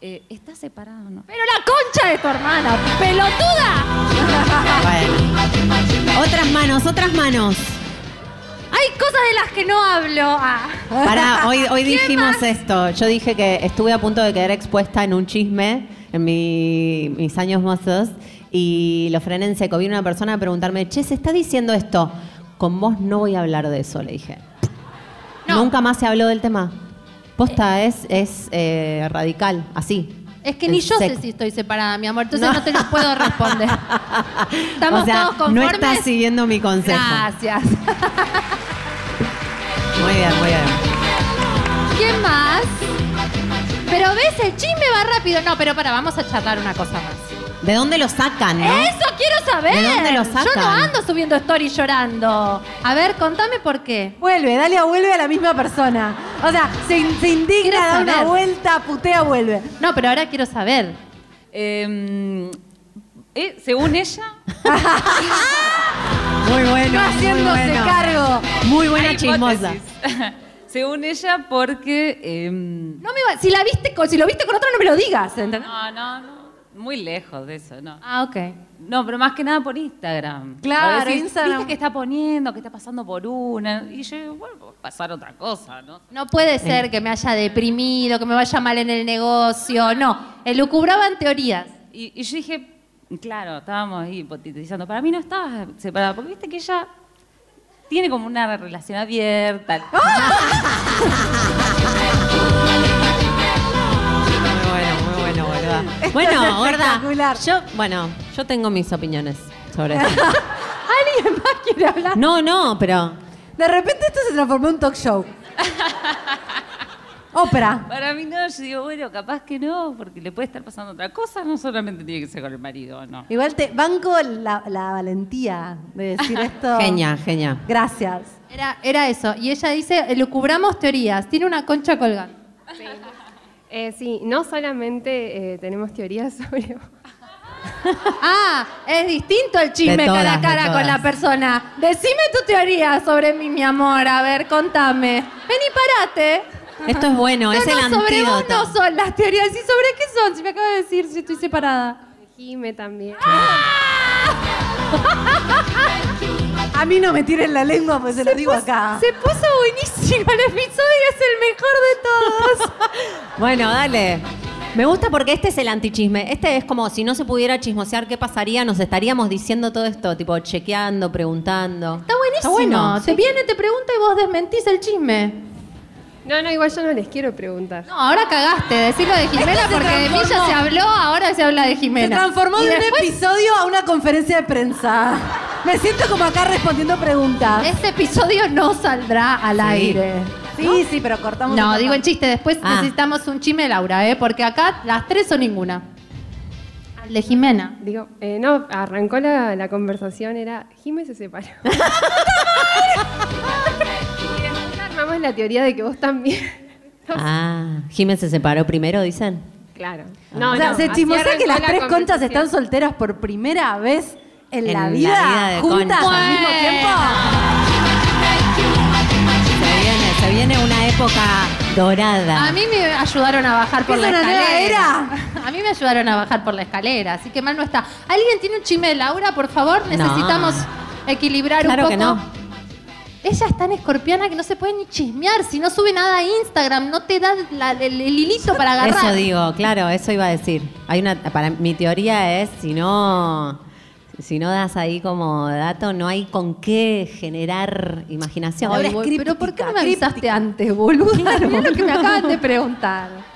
Eh, ¿Estás separado o no? Pero la concha de tu hermana, pelotuda. Bueno. Otras manos, otras manos. Hay cosas de las que no hablo. Ah. Pará, hoy, hoy dijimos esto. Yo dije que estuve a punto de quedar expuesta en un chisme en mi- mis años mozos y lo frené en seco. Vino una persona a preguntarme, che, se está diciendo esto. Con vos no voy a hablar de eso, le dije. No. Nunca más se habló del tema. Posta es, es eh, radical, así. Es que ni En yo sé seco. si estoy separada, mi amor, entonces no, te lo puedo responder. ¿Estamos O sea, todos conformes? No estás siguiendo mi consejo. Gracias. Muy bien, muy bien. ¿Quién más? Pero ves, el chisme va rápido. No, pero para, vamos a charlar una cosa más. ¿De dónde lo sacan, no? ¡Eso quiero saber! ¿De dónde lo Yo no sacan? ando subiendo stories llorando. A ver, contame por qué. Vuelve, Dalia vuelve a la misma persona. O sea, se, in- se Quiero indigna, da una saber. vuelta, putea, vuelve. No, pero ahora quiero saber. Eh, eh, según ella, Muy bueno. No haciéndose cargo. Muy buena hay chismosa. hipótesis. según ella, porque... eh, No me va- si la viste con, si lo viste con otra no me lo digas, ¿entendés? No, no, no. Muy lejos de eso, no. Ah, ok. No, pero más que nada por Instagram. Claro, Vos Instagram. Viste que está poniendo, que está pasando por una. Y yo, digo, bueno, puede pasar otra cosa, ¿no? No puede ser que me haya deprimido, que me vaya mal en el negocio. No, elucubraban teorías. Y, y yo dije, Claro, estábamos ahí hipotetizando. Para mí no estaba separada, porque viste que ella tiene como una relación abierta. Muy bueno, muy bueno, gorda. Bueno, gorda. Yo, bueno, yo tengo mis opiniones sobre eso. ¿Alguien más quiere hablar? No, no, pero. De repente esto se transformó en un talk show. Ópera. Para mí no, yo digo, bueno, capaz que no, porque le puede estar pasando otra cosa, no solamente tiene que ser con el marido, no. Igual te banco la, la valentía de decir esto. Genia, genia. Gracias. Era, era eso. Y ella dice, lucubramos teorías. Tiene una concha colgando. Eh, sí, no solamente eh, tenemos teorías sobre vos. Ah, es distinto el chisme De todas, cara a cara de con todas. la persona. Decime tu teoría sobre mí, mi amor. A ver, contame. Ven y parate. Esto es bueno, es el sobre vos antídoto. no son las teorías. ¿Y sobre qué son? Si me acabas de decir si estoy separada. Jime también. A mí no me tiren la lengua, pues se, lo digo acá. Ah. Se puso buenísimo el episodio, es el mejor de todos. Bueno, dale. Me gusta porque este es el antichisme. Este es como si no se pudiera chismosear, ¿qué pasaría? Nos estaríamos diciendo todo esto, tipo chequeando, preguntando. Está buenísimo. bueno, te viene, te pregunta y vos desmentís el chisme. No, no, igual yo no les quiero preguntar. No, ahora cagaste. Decirlo de Jimena Esto se porque de mí ya transformó. se habló, ahora se habla de Se Jimena. transformó Y de después, un episodio a una conferencia de prensa. Me siento como acá respondiendo preguntas. Este episodio no saldrá al aire. Sí, sí, pero cortamos. No, un digo el poco. chiste. Después Ah. necesitamos un chisme de Laura, ¿eh? Porque acá las tres son ninguna. Al de Jimena. Digo, eh, no, arrancó la, la conversación, era Jime se separó. Y después armamos la teoría de que vos también. Ah, Jiménez se separó primero, dicen. Claro. No, O sea, no, se así chismosea arrancó que las la tres conchas conversación. están solteras por primera vez en, En la la vida, vida de juntas concha. al mismo Bueno. tiempo. Se viene, se viene una época dorada. A mí me ayudaron a bajar por ¿Es la una nueva escalera. A mí me ayudaron a bajar por la escalera, así que mal no está. ¿Alguien tiene un chisme de Laura, por favor? Necesitamos equilibrar Claro un poco. que no. Ella es tan escorpiana que no se puede ni chismear. Si no sube nada a Instagram, no te da la- el, el hilito para agarrar. Eso digo, claro, eso iba a decir. Hay una, para mi teoría es si no, si no das ahí como dato, no hay con qué generar imaginación. Ay, Laura es bol- pero ¿por qué no me críptica, avisaste antes, boluda? Mirá lo que me acaban de preguntar.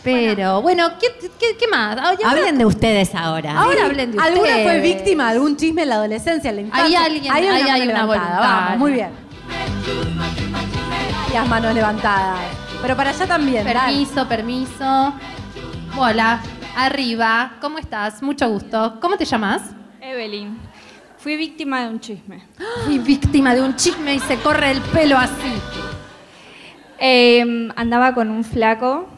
Pero, bueno, ¿qué, qué- qué más? Ay, ahora- Hablen de ustedes ahora. Ahora hablen de ¿Alguna fue ustedes. víctima de algún chisme en la adolescencia, en la infancia? Hay alguien, ahí mano hay una levantada, voluntad. vamos, muy bien. Varias manos levantadas. Pero para allá también, dale. Permiso, permiso. Hola, arriba. ¿Cómo estás? Mucho gusto. ¿Cómo te llamas? Evelyn, fui víctima de un chisme. Fui víctima de un chisme y se corre el pelo así. Em, andaba con un flaco,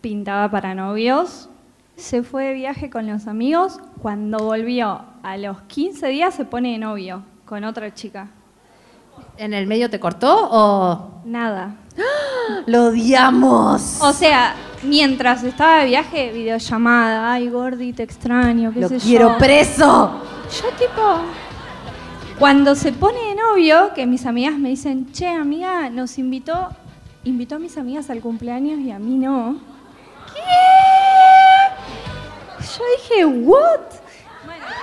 pintaba para novios, se fue de viaje con los amigos, cuando volvió a los 15 días se pone de novio con otra chica. ¿En el medio te cortó o...? Nada. Lo odiamos. O sea, mientras estaba de viaje, videollamada, ay Gordi, te extraño, qué Lo sé quiero yo. preso. Yo tipo, cuando se pone de novio, que mis amigas me dicen, che, amiga, nos invitó, invitó a mis amigas al cumpleaños y a mí no. ¿Qué? Yo dije, what?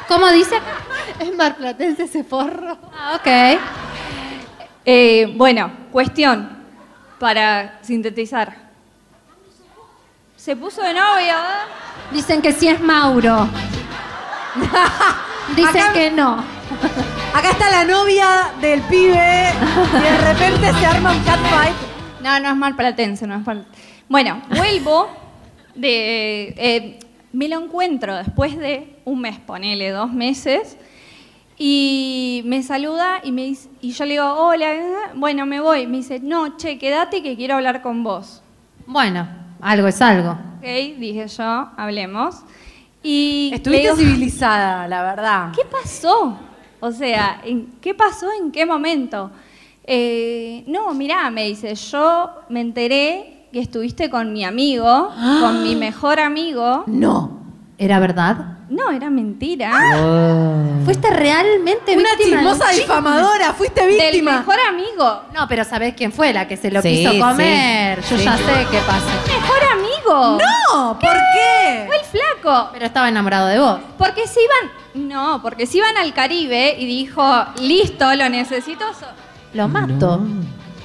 ¿Cómo dice? Es marplatense ese forro. Ah, ok. Eh, bueno, cuestión, para sintetizar. Se puso de novio, ¿eh? Dicen que sí es Mauro. Dicen Acá- que no. Acá está la novia del pibe y de repente se arma un catfight. No, no es malplatense, no es mal. Bueno, vuelvo de. eh, me lo encuentro después de un mes, ponele, dos meses. Y me saluda y, me dice- y yo le digo, hola, eh, bueno, me voy. Me dice, no, che, quédate que quiero hablar con vos. Bueno, algo es algo. Ok, dije yo, hablemos. Y le Estuviste digo, civilizada, la verdad. ¿qué pasó? O sea, ¿en ¿qué pasó? ¿En qué momento? Eh, no, mirá, me dice, yo me enteré que estuviste con mi amigo, con mi mejor amigo. No. ¿Era verdad? No, era mentira. Ah, Oh. ¿Fuiste realmente Una víctima de un chismosa chisme? difamadora, fuiste Del víctima. mejor amigo. No, pero ¿sabés quién fue la que se lo Sí, quiso comer? sí, Yo sí. ya sé qué pasó. Mejor amigo. flaco. No, ¿por qué? Fue el flaco. Pero estaba enamorado de vos. Porque se iban. No, porque se iban al Caribe y dijo, listo, lo necesito. so-". Lo mato.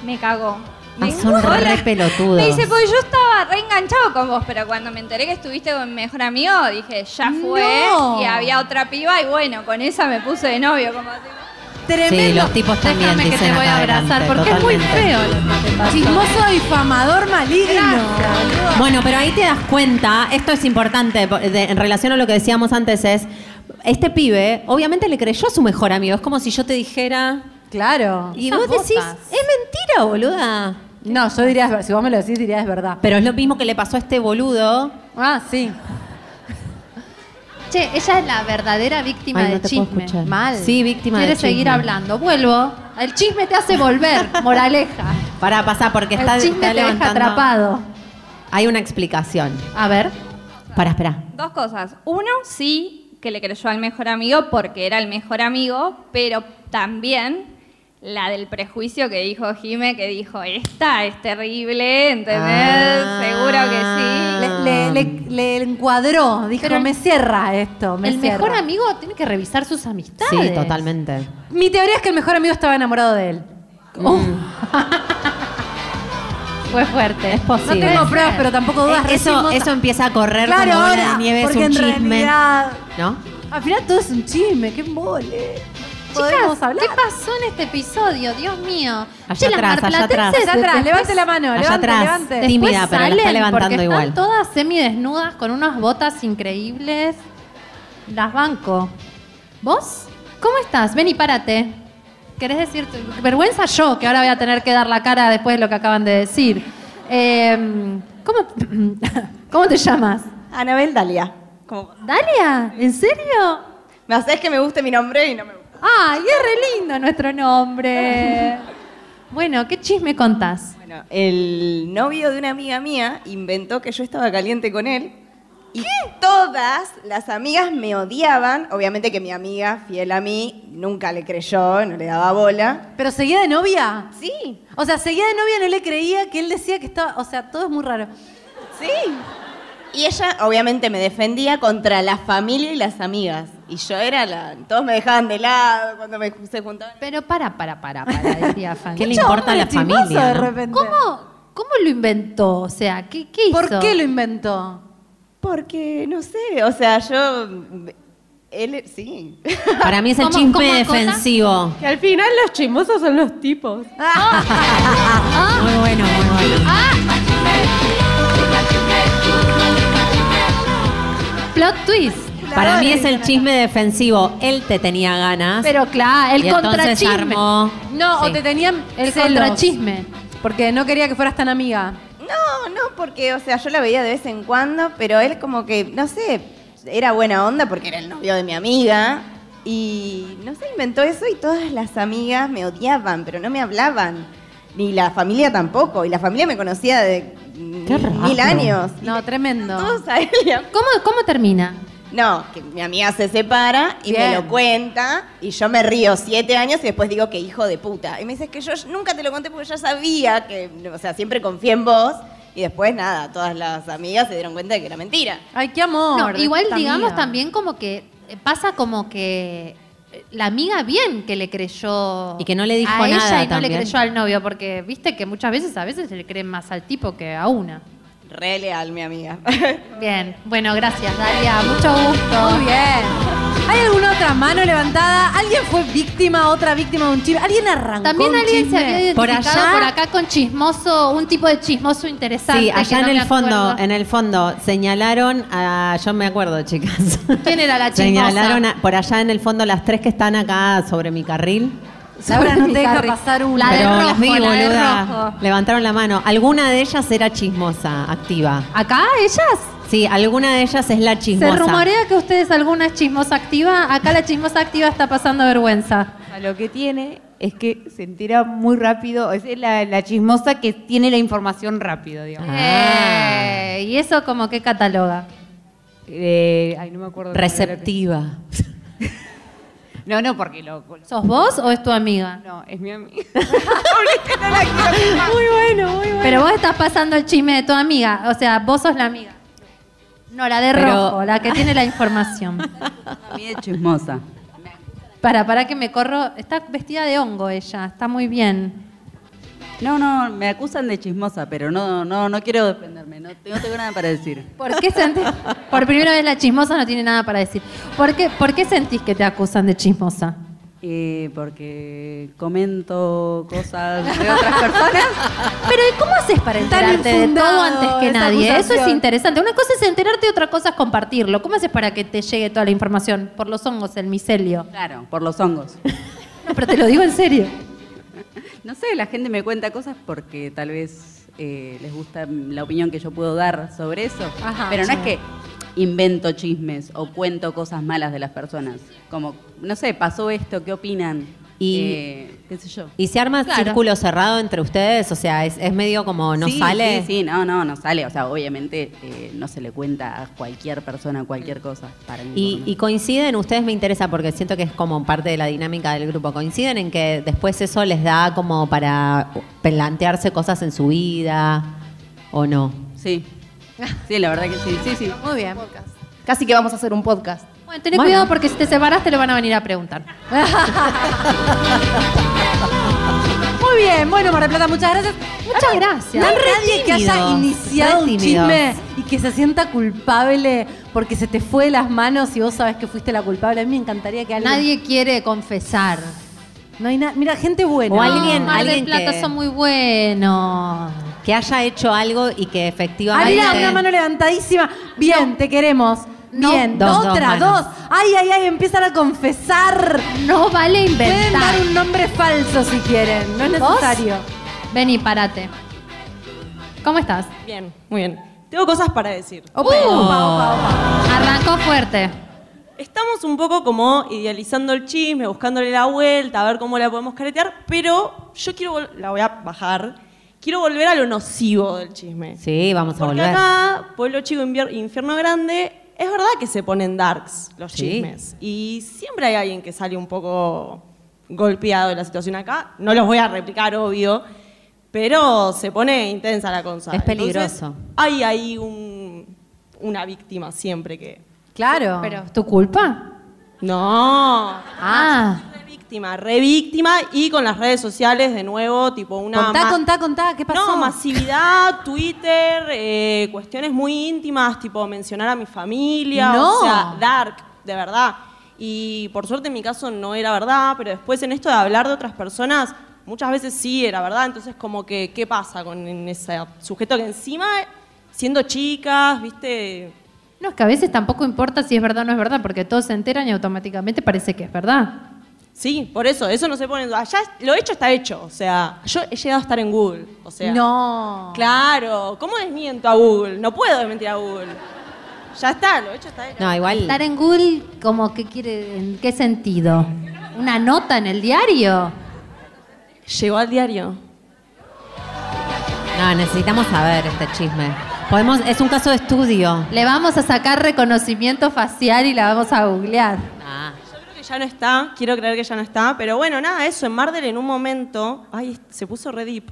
Me cagó. Ah, Me son dijo, re "Hola". pelotudos. Me dice, porque yo estaba reenganchado con vos, pero cuando me enteré que estuviste con mi mejor amigo, dije, ya fue. No. Y había otra piba y bueno, con esa me puse de novio. Como así. Sí, Tremendo. los tipos también Déjame que dicen te voy a acá abrazar adelante, porque es muy totalmente. feo lo que te pasó. Chismoso difamador maligno. Bueno, pero ahí te das cuenta, esto es importante po- de- en relación a lo que decíamos antes, es este pibe obviamente le creyó a su mejor amigo, es como si yo te dijera... Claro. Y Esas vos decís, botas. es mentira, boluda. No, yo diría, es ver- si vos me lo decís, diría es verdad. Pero es lo mismo que le pasó a este boludo. Ah, sí. Che, ella es la verdadera víctima Ay, no del te puedo chisme. escuchar. Mal. Sí, víctima Quiere del chisme. seguir hablando. Vuelvo. El chisme te hace volver, moraleja. Para pasar, porque está, el chisme está te deja levantando. atrapado. Hay una explicación. A ver. Para, espera. Dos cosas. Uno, sí, que le creyó al mejor amigo porque era el mejor amigo, pero también la del prejuicio que dijo Jime, que dijo, esta es terrible, ¿entendés? Ah. Seguro que sí. Le, le- le- le encuadró, dijo, Pero el- me cierra esto. Me el mejor cierra". amigo tiene que revisar sus amistades. Sí, totalmente. Mi teoría es que el mejor amigo estaba enamorado de él. Fue fuerte. Es No posible. Sí, tengo debe pruebas, pero tampoco dudas. Eh, Eso, Recibimos- eso empieza a correr claro, como bola ahora, de nieve, es porque un en chisme. realidad, ¿No? al final todo es un chisme, qué mole. Podemos Chicas, hablar. ¿qué pasó en este episodio? Dios mío. Allá Che, las atrás, allá marplatenses atrás. Allá Allá atrás, después- levante la mano, Allá levante, atrás. levante. Sí. Tímida, después pero la está salen levantando porque están igual. todas semidesnudas con unas botas increíbles. Las banco. ¿Vos? ¿Cómo estás? Ven y párate. ¿Querés decir? tu- Vergüenza yo, que ahora voy a tener que dar la cara después de lo que acaban de decir. Eh, ¿cómo, ¿Cómo te llamas? Anabel Dalia. Como, ¿Dalia? ¿En serio? me haces que me guste mi nombre y no me gusta. ¡Ay, es re lindo nuestro nombre! Bueno, ¿qué chisme contás? Bueno, el novio de una amiga mía inventó que yo estaba caliente con él. Y todas las amigas me odiaban. Obviamente que mi amiga, fiel a mí, nunca le creyó, no le daba bola. ¿Pero seguía de novia? Sí, O sea, seguía de novia, no le creía que él decía que estaba. O sea, todo es muy raro. sí. Y ella obviamente me defendía contra la familia y las amigas. Y yo era la... Todos me dejaban de lado cuando me, se juntaban. Pero para, para, para, para, diría Fanny. ¿Qué le importa a la Chismoso familia? de no? repente. ¿Cómo, ¿Cómo lo inventó? O sea, ¿qué, qué hizo? ¿Por qué lo inventó? Porque, no sé, o sea, yo... Él, sí. Para mí es el ¿Cómo- chisme cómo acota? defensivo. Que al final los chismosos son los tipos. Ah. Muy bueno, muy bueno. Plot twist. Para mí es el chisme defensivo. Él te tenía ganas. Pero claro, el Y entonces contrachisme. armó- No, Sí. o te tenían El celos. contrachisme. Porque no quería que fueras tan amiga. No, no, porque, o sea, yo la veía de vez en cuando, pero él como que, no sé, era buena onda porque era el novio de mi amiga. Y, no sé, inventó eso y todas las amigas me odiaban, pero no me hablaban. Ni la familia tampoco. Y la familia me conocía de Qué raro. mil años. Y No, tremendo. todos a él y a- ¿Cómo, ¿Cómo termina? No, que mi amiga se separa y Bien. me lo cuenta y yo me río siete años y después digo que hijo de puta. Y me dices que yo nunca te lo conté porque ya sabía que, o sea, siempre confié en vos y después nada, todas las amigas se dieron cuenta de que era mentira. Ay, qué amor. No, igual esta digamos amiga. también como que eh, pasa como que eh, la amiga bien que le creyó Y que no le dijo nada a ella y no también. le creyó al novio porque viste que muchas veces a veces se le creen más al tipo que a una Re leal, mi amiga. bien bueno gracias Dalia mucho gusto Muy bien. ¿Hay alguna otra mano levantada? ¿Alguien fue víctima, otra víctima de un chisme? ¿Alguien arrancó También un alguien chisme? se había Por identificado allá- por, acá con chismoso, un tipo de chismoso interesante. Sí, que allá no en me el fondo, acuerdo. en el fondo, señalaron a. Yo me acuerdo, chicas. ¿Quién era la chismosa? Señalaron a- por allá en el fondo las tres que están acá sobre mi carril. Laura no te deja Carrie. pasar una. La de Pero las rojo, vi, la de boluda. rojo. Levantaron la mano. Alguna de ellas era chismosa, activa. ¿Acá ellas? Sí, alguna de ellas es la chismosa. Se rumorea que ustedes alguna es chismosa activa. Acá la chismosa activa está pasando vergüenza. A lo que tiene es que se entera muy rápido. Es la, la chismosa que tiene la información rápido, Ah. digamos. Ah. Eh, y eso como que cataloga. Eh, ay, no me acuerdo. Receptiva. No, no, porque lo. ¿Sos vos o es tu amiga? No, es mi amiga. muy bueno, muy bueno. Pero vos estás pasando el chisme de tu amiga. O sea, vos sos la amiga. No, la de Pero- rojo, la que tiene la información. Bien chismosa. Para, para que me corro. Está vestida de hongo ella, está muy bien. No, no, me acusan de chismosa, pero no, no, no quiero defenderme, no, no tengo nada para decir. ¿Por qué sentís? Por primera vez la chismosa no tiene nada para decir. ¿Por qué, por qué sentís que te acusan de chismosa? Eh, porque comento cosas de otras personas. Pero ¿y ¿cómo haces para enterarte de infundado todo antes que esa nadie? Eso es acusación. interesante. Una cosa es enterarte y otra cosa es compartirlo. ¿Cómo haces para que te llegue toda la información? Por los hongos, el micelio. Claro, por los hongos. No, pero te lo digo en serio. No sé, la gente me cuenta cosas porque tal vez eh, les gusta la opinión que yo puedo dar sobre eso. Ajá, pero no sí. es que invento chismes o cuento cosas malas de las personas. Como, no sé, pasó esto, ¿qué opinan? Y- Eh, qué sé yo. ¿Y se arma Claro. círculo cerrado entre ustedes? O sea, es, es medio como no Sí, sale. Sí, sí, no, no, no sale. O sea, obviamente eh, no se le cuenta a cualquier persona cualquier cosa. Para mí, por Y, lo y coinciden, ustedes me interesa porque siento que es como parte de la dinámica del grupo, coinciden en que después eso les da como para plantearse cosas en su vida o no. menos. Sí. Sí, la verdad que sí, sí, sí. Muy bien. Casi que vamos a hacer un podcast. Bueno, tené cuidado porque si te separas te lo van a venir a preguntar. Muy bien, bueno, Mar del Plata, muchas gracias. Muchas gracias. No hay Re nadie que haya tímidos, iniciado re un tímidos. chisme y que se sienta culpable porque se te fue de las manos y vos sabes que fuiste la culpable. A mí me encantaría que alguien. Nadie quiere confesar. No hay nada. Mira, gente buena. O alguien, Mar del alguien Plata que, son muy buenos. que haya hecho algo y que Ah, efectivamente... mirá, una mano levantadísima. Bien, te queremos. No. Bien, Dos, dos otra, dos, manos. Ay, ay, ay, empiezan a confesar. No vale Pueden inventar. dar un nombre falso si quieren, no es ¿Vos? necesario. Vení, parate. ¿Cómo estás? Bien, muy bien. Tengo cosas para decir. Uh, Arrancó fuerte. Estamos un poco como idealizando el chisme, buscándole la vuelta, a ver cómo la podemos caretear, pero yo quiero, vol- la voy a bajar, quiero volver a lo nocivo del chisme. Sí, vamos a Porque volver. acá, Pueblo Chico, Invier- Infierno Grande, es verdad que se ponen darks los Sí. chismes. Y siempre hay alguien que sale un poco golpeado de la situación acá. No los voy a replicar, obvio, pero se pone intensa la cosa. Es Entonces, peligroso. hay ahí un- una víctima siempre que... Claro. Pero, ¿tu culpa? No. Ah. Re víctima, re víctima y con las redes sociales de nuevo, tipo una... Contá, ma- contá, contá, ¿qué pasó? No, masividad, Twitter, eh, cuestiones muy íntimas, tipo mencionar a mi familia, No. o sea, dark, de verdad. Y por suerte en mi caso no era verdad, pero después en esto de hablar de otras personas, muchas veces sí era verdad, entonces como que, ¿qué pasa con ese sujeto que encima, siendo chicas, viste, No, es que a veces tampoco importa si es verdad o no es verdad, porque todos se enteran y automáticamente parece que es verdad. Sí, por eso, eso no se pone en duda. Ya lo hecho está hecho. O sea, yo he llegado a estar en Google. O sea. No. Claro, ¿cómo desmiento a Google? No puedo desmentir a Google. Ya está, lo hecho está hecho. No, igual... Estar en Google, como que quiere, ¿en qué sentido? ¿Una nota en el diario? Llegó al diario. No, necesitamos saber este chisme. Podemos, es un caso de estudio. Le vamos a sacar reconocimiento facial y la vamos a googlear. Yo creo que ya no está, quiero creer que ya no está, pero bueno, nada, eso, en Mardel en un momento. Ay, se puso re deep.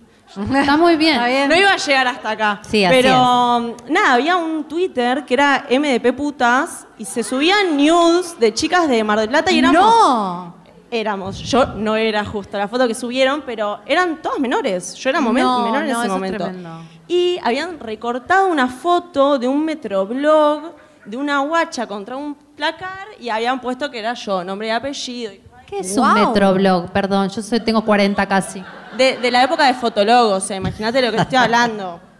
Está muy bien. No iba a llegar hasta acá. Sí, así Pero mm, nada, había un Twitter que era MDP putas y se subían news de chicas de Mar del Plata y éramos. No. Éramos, yo no era justo la foto que subieron, pero eran todas menores. Yo era momen- No, menor en ese no, eso es momento. tremendo. y habían recortado una foto de un metroblog de una guacha contra un placar y habían puesto que era yo, nombre y apellido. ¿Qué Es un metroblog, perdón, yo soy- tengo 40 casi. De, de la época de Fotolog, o sea, imagínate lo que estoy hablando.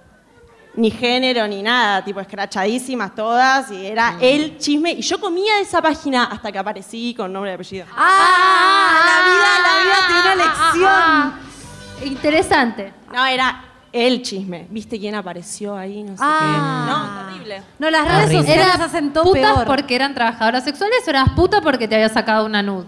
Ni género, ni nada, tipo escrachadísimas todas, y era Mm. el chisme. Y yo comía esa página hasta que aparecí con nombre y apellido. ¡Ah! La vida, la vida tiene una lección. Ah, Interesante. No, era el chisme. ¿Viste quién apareció ahí? No sé Ah. qué. No, terrible. No, las redes Horrible. sociales Eras hacen todo putas peor. porque eran trabajadoras sexuales o eras puta porque te había sacado una nud?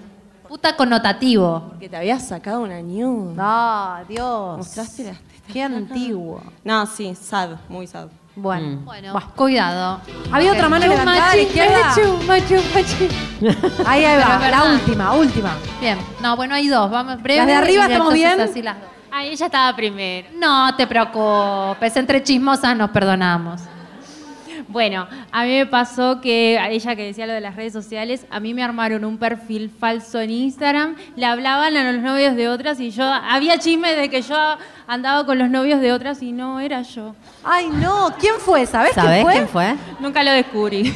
Puta connotativo. Porque te habías sacado una news. Ah, Dios. Mostraste las Qué antiguo. No, sí, sad, muy sad. Mm. Bueno. Bueno, cuidado. Este Había otra mano levantada a la Este izquierda. Ahí, ahí va, Pero es la verdad. última, última. Bien, no, bueno, hay dos, vamos breve. ¿Las de arriba y estamos entonces bien? así las dos. Ay, ella estaba primero. No te preocupes, entre chismosas nos perdonamos. Bueno, a mí me pasó que a ella que decía lo de las redes sociales, a mí me armaron un perfil falso en Instagram, le hablaban a los novios de otras y yo había chisme de que yo andaba con los novios de otras y no era yo. Ay, no, ¿quién fue? ¿Sabes ¿Sabés quién fue? Nunca lo descubrí.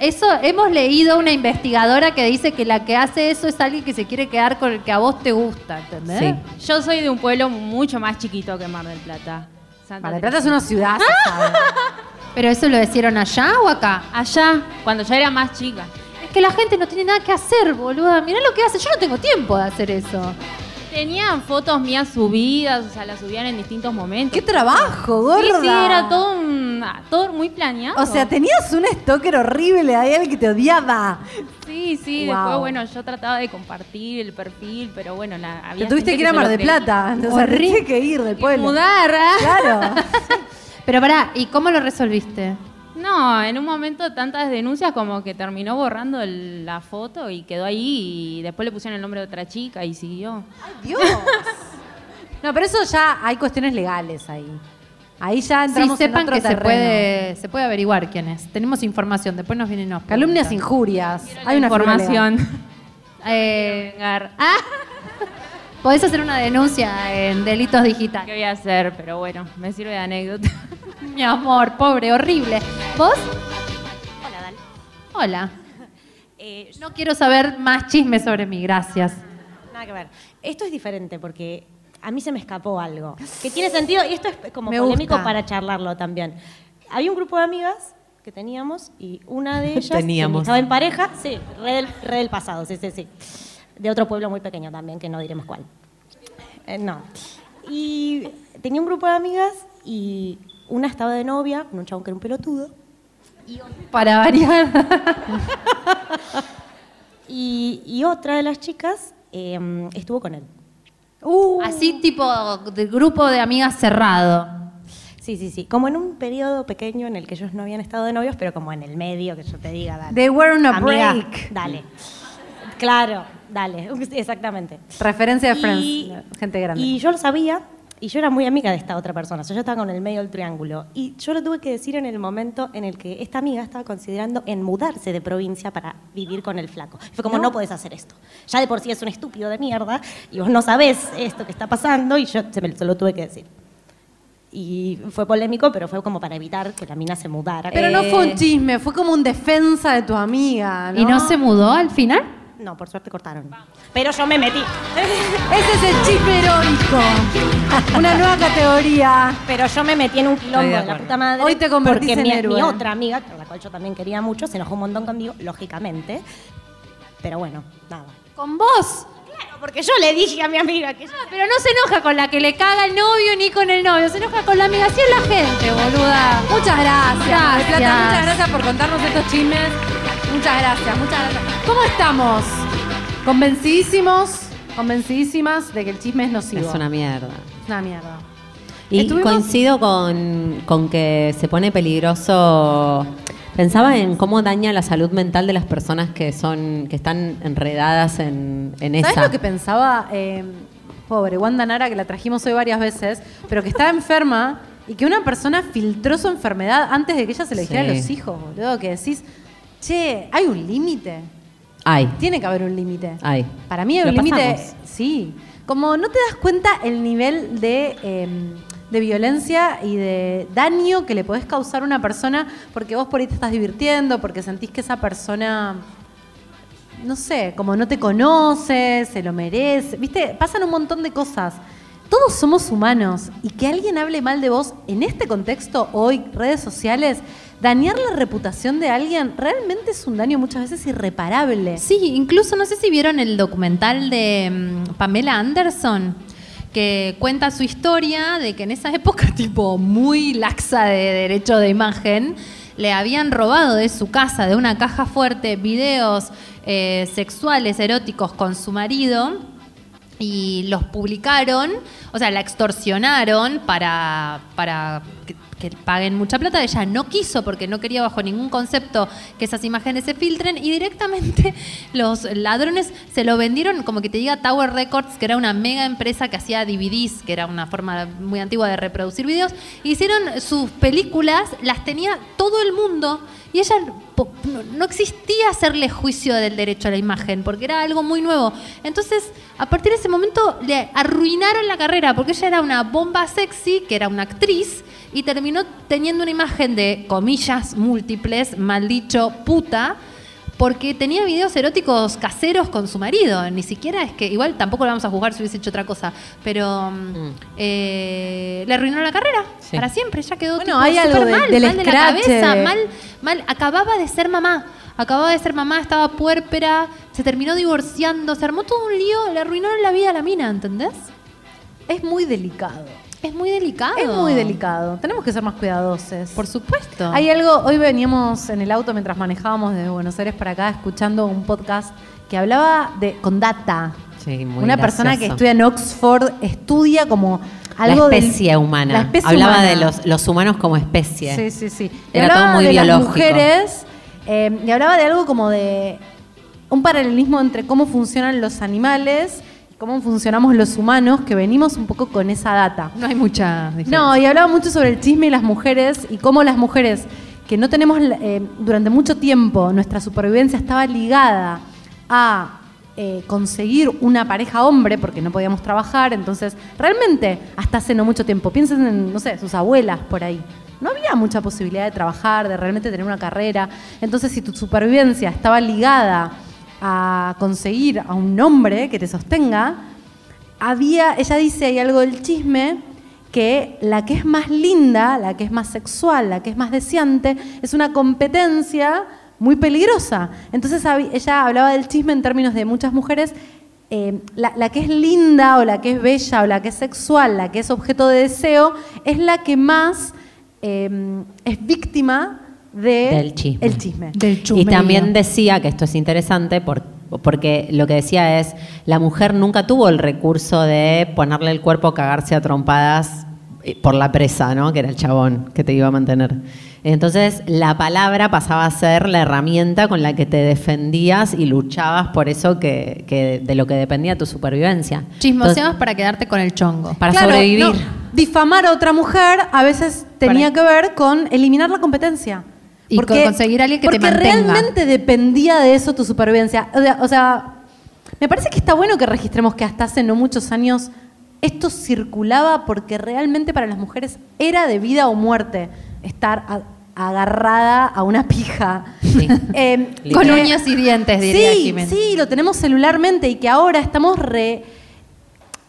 Eso, hemos leído una investigadora que dice que la que hace eso es alguien que se quiere quedar con el que a vos te gusta, ¿entendés? Sí. Yo soy de un pueblo mucho más chiquito que Mar del Plata. Santa Mar Teresa. del Plata es una ciudad. Ah. ¿Pero eso lo hicieron allá o acá? Allá, cuando yo era más chica. Es que la gente no tiene nada que hacer, boluda. Mirá lo que hace, yo no tengo tiempo de hacer eso. Tenían fotos mías subidas, o sea, las subían en distintos momentos. ¡Qué trabajo, Sí, sí, gorda! era todo, un- ah, todo muy planeado. O sea, tenías un stalker horrible ahí, alguien que te odiaba. Sí, sí, Wow. después, bueno, yo trataba de compartir el perfil, pero bueno, la, había. Te tuviste gente que ir a se lo Mar del creía. Plata. Entonces, Horrible. tuviste que ir del pueblo. mudar, ¿ah? Claro. Pero pará, ¿y cómo lo resolviste? No, en un momento tantas denuncias como que terminó borrando el- la foto y quedó ahí y después le pusieron el nombre de otra chica y siguió. No, pero eso ya hay cuestiones legales ahí. Ahí ya entramos sí, sepan en otro que se terreno. puede, se puede averiguar quién es. Tenemos información, después nos vienen nos Calumnias, preguntan. injurias. Hay una forma información. legal. Eh, ah, podés hacer una denuncia en delitos ¿Qué digitales. voy a hacer? Pero bueno, me sirve de anécdota. Mi amor, pobre, horrible. ¿Vos? Hola, Dal. Hola. Eh, No quiero saber más chismes sobre mí, gracias. Nada que ver. Esto es diferente porque a mí se me escapó algo. Que tiene sentido, y esto es como Me polémico gusta. para charlarlo también. Había un grupo de amigas que teníamos y una de ellas Teníamos. estaba en pareja, sí, re del, re del pasado, sí, sí, sí. De otro pueblo muy pequeño también, que no diremos cuál. Eh, no. Y tenía un grupo de amigas y una estaba de novia con un chabón que era un pelotudo. Para variar. Y, y otra de las chicas eh, estuvo con él. Así tipo de grupo de amigas cerrado. Sí, sí, sí. Como en un periodo pequeño en el que ellos no habían estado de novios, pero como en el medio, que yo te diga, dale. They were on a Amiga, break. Dale. Claro, dale. Exactamente. Referencia de Friends, Y- gente grande. Y yo lo sabía, y yo era muy amiga de esta otra persona, o sea, yo estaba con el medio del triángulo. Y yo lo tuve que decir en el momento en el que esta amiga estaba considerando en mudarse de provincia para vivir con el flaco. Y fue como, No. no, podés hacer esto. Ya de por sí es un estúpido de mierda, y vos no sabés esto que está pasando, y yo se, me, se lo tuve que decir. Y fue polémico, pero fue como para evitar que la mina se mudara. Pero no Eh, fue un chisme, fue como un defensa de tu amiga. ¿Y no se mudó al final? No, por suerte cortaron. Pero yo me metí. Ese es el chisme heroico. Una nueva categoría. Pero yo me metí en un quilombo Estoy de de, la acuerdo. puta madre. Hoy te convertís porque mi, en héroe. mi otra amiga, con la cual yo también quería mucho, se enojó un montón conmigo, lógicamente. Pero bueno, nada. ¿Con vos? Claro, porque yo le dije a mi amiga que yo... Ah, Pero no se enoja con la que le caga el novio ni con el novio, se enoja con la amiga. Así es la gente, boluda. Muchas gracias. Mar del Plata, Gracias. muchas gracias por contarnos estos chismes. Muchas gracias, muchas gracias. ¿Cómo estamos? Convencidísimos, convencidísimas de que el chisme es nocivo. Es una mierda. Es una mierda. Y Estuvimos- coincido con, con que se pone peligroso. Pensaba en cómo daña la salud mental de las personas que son, que están enredadas en, en ¿Sabes esa. lo que pensaba? Eh, pobre Wanda Nara, que la trajimos hoy varias veces, pero que estaba enferma y que una persona filtró su enfermedad antes de que ella se lo dijera Sí. a los hijos, boludo. Que decís, che, hay un límite. Ay, Tiene que haber un límite. ay. Para mí hay un Lo límite, pasamos. sí. Como no te das cuenta el nivel de, eh, de violencia y de daño que le podés causar a una persona porque vos por ahí te estás divirtiendo, porque sentís que esa persona, no sé, como no te conoce, se lo merece. Viste, pasan un montón de cosas. Todos somos humanos y que alguien hable mal de vos en este contexto hoy, redes sociales, dañar la reputación de alguien realmente es un daño muchas veces irreparable. Sí, incluso no sé si vieron el documental de mm, Pamela Anderson que cuenta su historia de que en esa época tipo muy laxa de derecho de imagen le habían robado de su casa, de una caja fuerte, videos eh, sexuales eróticos con su marido y los publicaron, o sea, la extorsionaron para, para que- que paguen mucha plata. Ella no quiso porque no quería bajo ningún concepto que esas imágenes se filtren y directamente los ladrones se lo vendieron, como que te diga Tower Records, que era una mega empresa que hacía DVDs, que era una forma muy antigua de reproducir videos. Hicieron sus películas, las tenía todo el mundo y ella po- no, no existía hacerle juicio del derecho a la imagen porque era algo muy nuevo. Entonces, a partir de ese momento le arruinaron la carrera porque ella era una bomba sexy, que era una actriz y terminó teniendo una imagen de comillas múltiples, mal dicho, puta. Porque tenía videos eróticos caseros con su marido. Ni siquiera es que. Igual tampoco la vamos a juzgar si hubiese hecho otra cosa. Pero. mm, eh, le arruinó la carrera. Sí. Para siempre. Ya quedó Bueno, tipo, hay algo súper de- mal, del mal de la scratch, cabeza, de- mal, mal. Acababa de ser mamá. Acababa de ser mamá, estaba puérpera, se terminó divorciando, se armó todo un lío, le arruinaron la vida a la mina, ¿entendés? Es muy delicado. Es muy delicado. Es muy delicado. Tenemos que ser más cuidadosos. Por supuesto. Hay algo, hoy veníamos en el auto mientras manejábamos desde Buenos Aires para acá escuchando un podcast que hablaba de con data. Sí, muy Una persona que gracioso. estudia en Oxford estudia como algo la del- especie humana. la especie Hablaba humana. de los, los humanos como especie. Sí, sí, sí. Y Era todo hablaba muy de las biológico. mujeres eh, y hablaba de algo como de un paralelismo entre cómo funcionan los animales y cómo funcionamos los humanos, que venimos un poco con esa data. No hay mucha diferencia. No, y hablaba mucho sobre el chisme y las mujeres y cómo las mujeres que no tenemos eh, durante mucho tiempo nuestra supervivencia estaba ligada a eh, conseguir una pareja hombre porque no podíamos trabajar, entonces realmente hasta hace no mucho tiempo, piensen en, no sé, sus abuelas por ahí, no había mucha posibilidad de trabajar, de realmente tener una carrera, entonces si tu supervivencia estaba ligada a conseguir a un hombre que te sostenga, había, ella dice, hay algo del chisme, que la que es más linda, la que es más sexual, la que es más deseante, es una competencia muy peligrosa. Entonces hab- ella hablaba del chisme en términos de muchas mujeres, eh, la, la que es linda o la que es bella o la que es sexual, la que es objeto de deseo, es la que más eh, es víctima de Del chisme. el chisme. Y también decía que esto es interesante por- porque lo que decía es, la mujer nunca tuvo el recurso de ponerle el cuerpo a cagarse a trompadas eh, por la presa, ¿no? Que era el chabón que te iba a mantener. Entonces, la palabra pasaba a ser la herramienta con la que te defendías y luchabas por eso que, que de lo que dependía tu supervivencia. Chismoseabas para quedarte con el chongo. Para Claro, sobrevivir. no, difamar a otra mujer a veces tenía que ver con eliminar la competencia. Y con conseguir a alguien que te porque mantenga. realmente dependía de eso tu supervivencia. O sea, o sea, me parece que está bueno que registremos que hasta hace no muchos años esto circulaba porque realmente para las mujeres era de vida o muerte estar a- agarrada a una pija. Eh, Con que- uñas y dientes, diría Sí, Jimena. sí, lo tenemos celularmente y que ahora estamos re...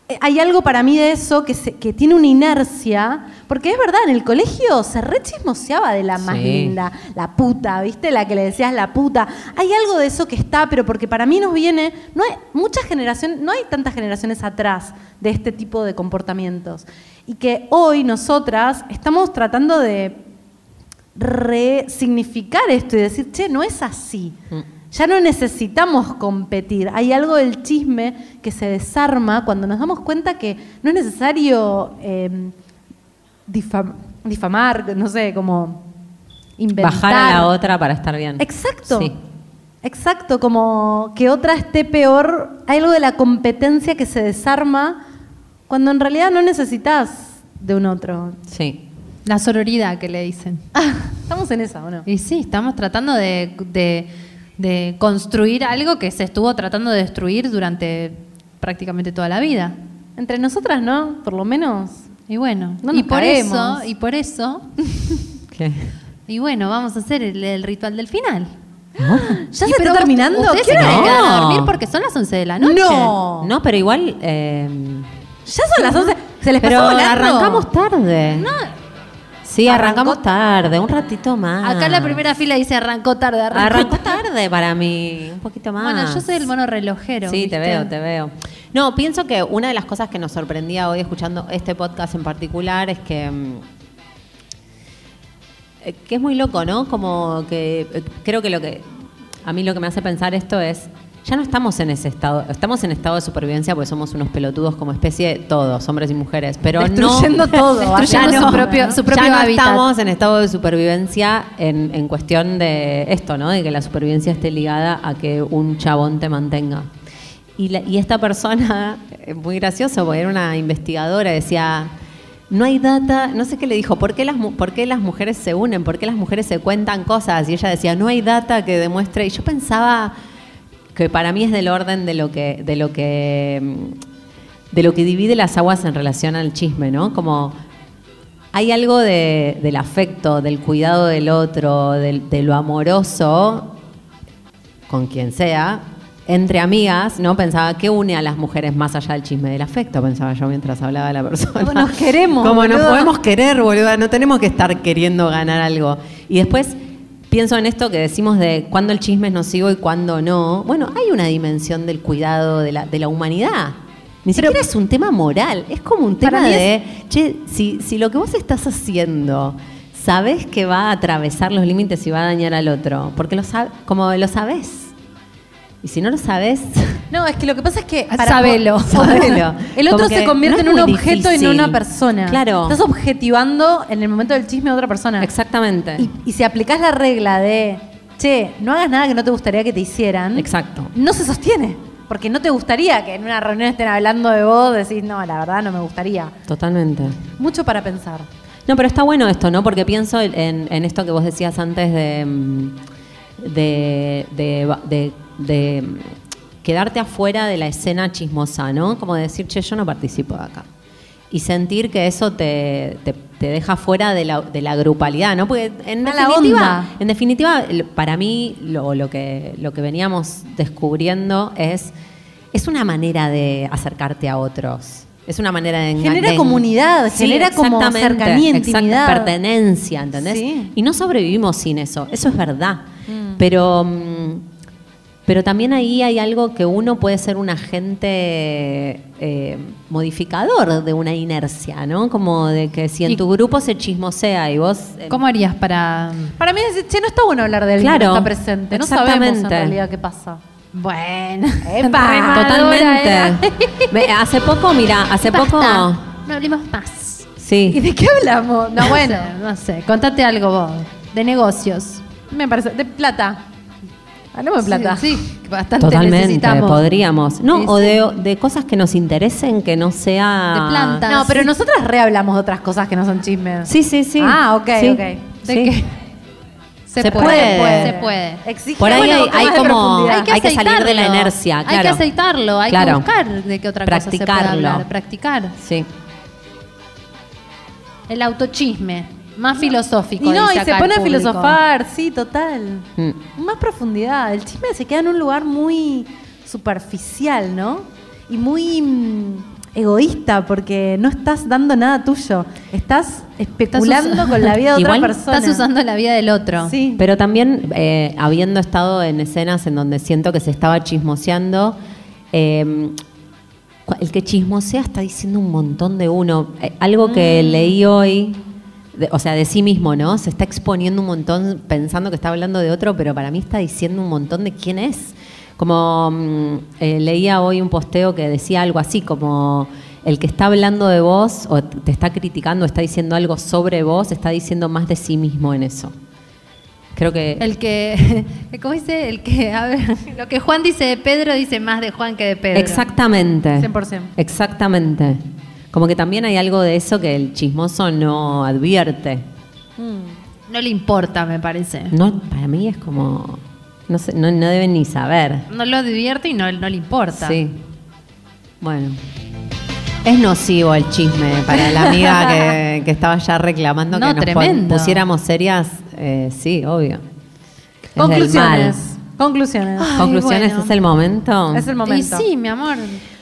Eh, Hay algo para mí de eso que, se- que tiene una inercia, porque es verdad, en el colegio se re chismoseaba de la más Sí. linda, la puta, ¿viste? La que le decías la puta. Hay algo de eso que está, pero porque para mí nos viene, no hay muchas generaciones, no hay tantas generaciones atrás de este tipo de comportamientos. Y que hoy nosotras estamos tratando de resignificar esto y decir, che, no es así. Mm. Ya no necesitamos competir. Hay algo del chisme que se desarma cuando nos damos cuenta que no es necesario eh, difam- difamar, no sé, como inventar. Bajar a la otra para estar bien. Exacto. Sí. Exacto, como que otra esté peor. Hay algo de la competencia que se desarma cuando en realidad no necesitas de un otro. Sí. La sororidad que le dicen. Estamos en esa, ¿o no? Y sí, estamos tratando de, de- de construir algo que se estuvo tratando de destruir durante prácticamente toda la vida. Entre nosotras, ¿no? Por lo menos. Y bueno, No y nos por caemos. eso, y por eso, ¿Qué? y bueno, vamos a hacer el, el ritual del final. ¿Ya Y se pero está ust- terminando? Ustedes se ¿Qué hora tienen es? que quedar a dormir porque son las 11 de la noche. No. No, pero igual... eh, Ya son las 11. Se les pero pasó volando. arrancamos tarde. Sí, arrancamos tarde, un ratito más. Acá en la primera fila dice arrancó tarde, arrancó Ah. Arrancó tarde para mí, un poquito más. Bueno, yo soy el mono relojero. Sí, te ¿viste? veo, te veo. No, pienso que una de las cosas que nos sorprendía hoy escuchando este podcast en particular es que. mm, eh, que es muy loco, ¿no? Como que. eh, creo que lo que. A mí lo que me hace pensar esto es Ya no estamos en ese estado, estamos en estado de supervivencia porque somos unos pelotudos como especie, todos, hombres y mujeres, pero Destruyendo no todo, ya destruyendo no, su propio- su propio ya no hábitat. estamos en estado de supervivencia en, en cuestión de esto, ¿no? De que la supervivencia esté ligada a que un chabón te mantenga. Y, la- y esta persona, eh, muy gracioso, porque era una investigadora, decía, no hay data, no sé qué le dijo, ¿por qué, las, mu- ¿por qué las mujeres se unen? ¿Por qué las mujeres se cuentan cosas? Y ella decía, no hay data que demuestre. Y yo pensaba que para mí es del orden de lo que, de lo que, mm, de lo que divide las aguas en relación al chisme, ¿no? Como hay algo de- del afecto, del cuidado del otro, del- de lo amoroso, con quien sea, entre amigas, ¿no? Pensaba, ¿qué une a las mujeres más allá del chisme del afecto? Pensaba yo mientras hablaba la persona. Nos queremos, Como nos boluda. podemos querer, boluda, no tenemos que estar queriendo ganar algo. Y después pienso en esto que decimos de cuándo el chisme es nocivo y cuándo no. Bueno, hay una dimensión del cuidado de la, de la humanidad. Ni siquiera es un tema moral, es como un tema Para mí de, che, si, si lo que vos estás haciendo sabés que va a atravesar los límites y va a dañar al otro, porque lo sab- como lo sabés. Y si no lo sabés, No, es que lo que pasa es que. para- Sabelo. sabelo. El otro Como se que convierte no en es un muy objeto y difícil. en una persona. Claro. Estás objetivando en el momento del chisme a otra persona. Exactamente. Y, y si aplicás la regla de, che, no hagas nada que no te gustaría que te hicieran. Exacto. No se sostiene. Porque no te gustaría que en una reunión estén hablando de vos, decís, no, la verdad no me gustaría. Totalmente. Mucho para pensar. No, pero está bueno esto, ¿no? Porque pienso en, en esto que vos decías antes de, mm, de, de- de- de, mm, quedarte afuera de la escena chismosa, ¿no? Como decir, che, yo no participo de acá. Y sentir que eso te, te- te deja fuera de la, de la grupalidad, ¿no? Porque en Da la definitiva, onda. en definitiva, lo- para mí lo, lo que, lo que veníamos descubriendo es, es una manera de acercarte a otros. Es una manera de enga- Genera de- comunidad, genera como exactamente, cercanía, exacto, intimidad. pertenencia, ¿entendés? Sí. Y no sobrevivimos sin eso, eso es verdad. Mm. Pero, mm, pero también ahí hay algo que uno puede ser un agente eh, modificador de una inercia, ¿no? Como de que si en Y- tu grupo se chismosea y vos... eh, ¿Cómo harías para...? Para mí es decir, che, no está bueno hablar de él, Claro, no está presente. No sabemos en exactamente. realidad qué pasa. Bueno. ¡Epa! Totalmente. Me- hace poco, mira, hace poco... No hablemos más. Sí. ¿Y de qué hablamos? No, bueno. sé, no sé. Contate algo vos. De negocios. Me parece. De plata. Hablemos de plata. Sí, que bastante Totalmente, necesitamos. podríamos. No, Sí, o sí. de, de cosas que nos interesen que no sea... No, pero nosotras rehablamos de otras cosas que no son chismes. Sí, sí, sí. Ah, ok, Sí, ok. sí. Se, Se puede, puede. Se puede. Exige Por ahí Bueno, hay, temas hay de como profundidad. hay que, salir de la aceitarlo. inercia, claro. Hay que aceitarlo, hay que Claro. buscar de qué otra cosa se Practicarlo. puede hablar. Practicar. Sí. El autochisme, más filosófico. Y no, y dice se acá el pone a público. filosofar, sí, total. Mm. Más profundidad. El chisme se queda en un lugar muy superficial, ¿no? Y muy mm, egoísta, porque no estás dando nada tuyo. Estás especulando Estás us- con la vida de otra Igual persona. Estás usando la vida del otro. Sí. Pero también eh, habiendo estado en escenas en donde siento que se estaba chismoseando, eh, cu- el que chismosea está diciendo un montón de uno. Eh, algo que leí hoy, de- o sea, de sí mismo, ¿no? Se está exponiendo un montón pensando que está hablando de otro, pero para mí está diciendo un montón de quién es. Como mm, eh, leía hoy un posteo que decía algo así, como el que está hablando de vos o t- te está criticando, está diciendo algo sobre vos, está diciendo más de sí mismo en eso. Creo que El que, ¿cómo dice? El que, a ver, lo que Juan dice de Pedro dice más de Juan que de Pedro. Exactamente. 100%. Exactamente. Como que también hay algo de eso que el chismoso no advierte. No le importa, me parece. No, para mí es como. No, sé, no, no deben ni saber. No lo divierte y no, no le importa. Sí. Bueno. Es nocivo el chisme para la amiga que, que estaba ya reclamando No, que nos pon- tremendo. pusiéramos serias. Eh, sí, obvio. Es del Conclusiones. Conclusiones. mal. Conclusiones bueno. es el momento. Es el Y momento. sí, mi amor.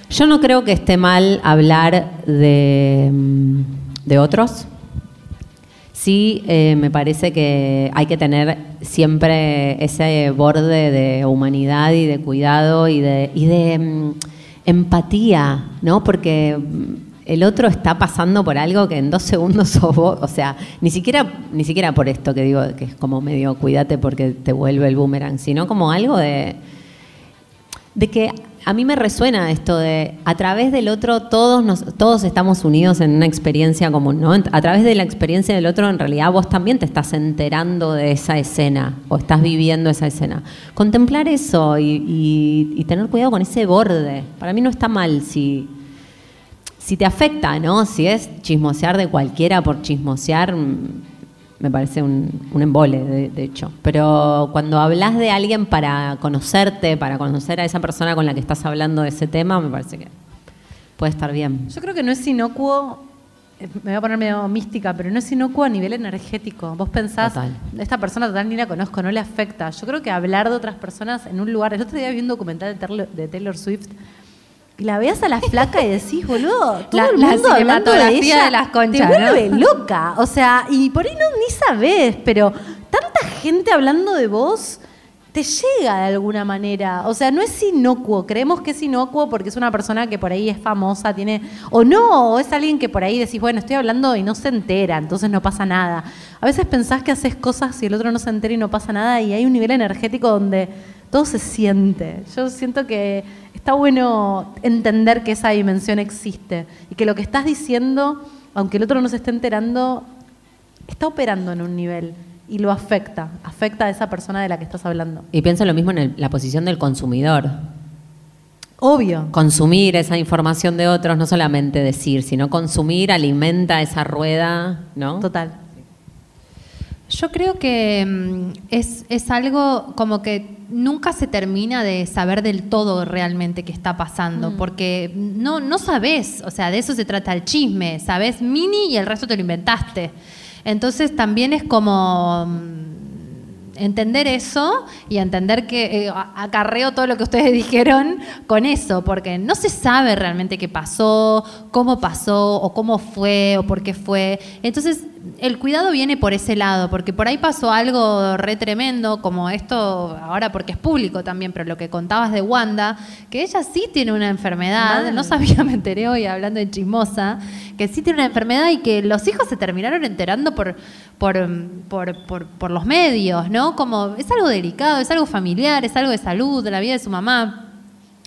Yo no creo que esté mal hablar de, mm, de otros. Sí, eh, me parece que hay que tener siempre ese borde de humanidad y de cuidado y de, y de mm, empatía, ¿no? Porque mm, el otro está pasando por algo que en dos segundos sos vos, o sea, ni siquiera, ni siquiera por esto que digo, que es como medio cuídate porque te vuelve el boomerang, sino como algo de de que a mí me resuena esto de a través del otro todos nos, todos estamos unidos en una experiencia común, ¿no? A través de la experiencia del otro en realidad vos también te estás enterando de esa escena o estás viviendo esa escena. Contemplar eso y, y- y tener cuidado con ese borde. Para mí no está mal si si te afecta, ¿no? Si es chismosear de cualquiera por chismosear, mm, me parece un, un embole, de, de hecho. Pero cuando hablas de alguien para conocerte, para conocer a esa persona con la que estás hablando de ese tema, me parece que puede estar bien. Yo creo que no es inocuo, eh, me voy a poner medio mística, pero no es inocuo a nivel energético. Vos pensás, Total. esta persona total ni la conozco, no le afecta. Yo creo que hablar de otras personas en un lugar. El otro día vi un documental de Taylor, de Taylor Swift. y La veas a la flaca y decís, boludo, todo La- el la mundo hablando de cinematografía ella de las conchas, te vuelve ¿no? loca. O sea, y por ahí no ni sabés, pero tanta gente hablando de vos te llega de alguna manera. O sea, no es inocuo. Creemos que es inocuo porque es una persona que por ahí es famosa, tiene. O no, o es alguien que por ahí decís, bueno, estoy hablando y no se entera, entonces no pasa nada. A veces pensás que haces cosas y el otro no se entera y no pasa nada, y hay un nivel energético donde todo se siente. Yo siento que está bueno entender que esa dimensión existe y que lo que estás diciendo, aunque el otro no se esté enterando, está operando en un nivel y lo afecta, afecta a esa persona de la que estás hablando. Y pienso lo mismo en el- la posición del consumidor. Obvio. Consumir esa información de otros, no solamente decir, sino consumir alimenta esa rueda, ¿no? Total. Yo creo que mm, es, es algo como que nunca se termina de saber del todo realmente qué está Mm. pasando, porque no, no sabes, o sea, de eso se trata el chisme, sabes mini y el resto te lo inventaste. Entonces también es como mm, entender eso y entender que eh, a- acarreo todo lo que ustedes dijeron con eso, porque no se sabe realmente qué pasó, cómo pasó, o cómo fue, o por qué fue. Entonces, el cuidado viene por ese lado, porque por ahí pasó algo re tremendo, como esto ahora porque es público también, pero lo que contabas de Wanda, que ella sí tiene una enfermedad, Mal. no sabía, me enteré hoy hablando de chismosa, que sí tiene una enfermedad y que los hijos se terminaron enterando por, por, mm, por, por, por los medios, ¿no? Como es algo delicado, es algo familiar, es algo de salud, de la vida de su mamá.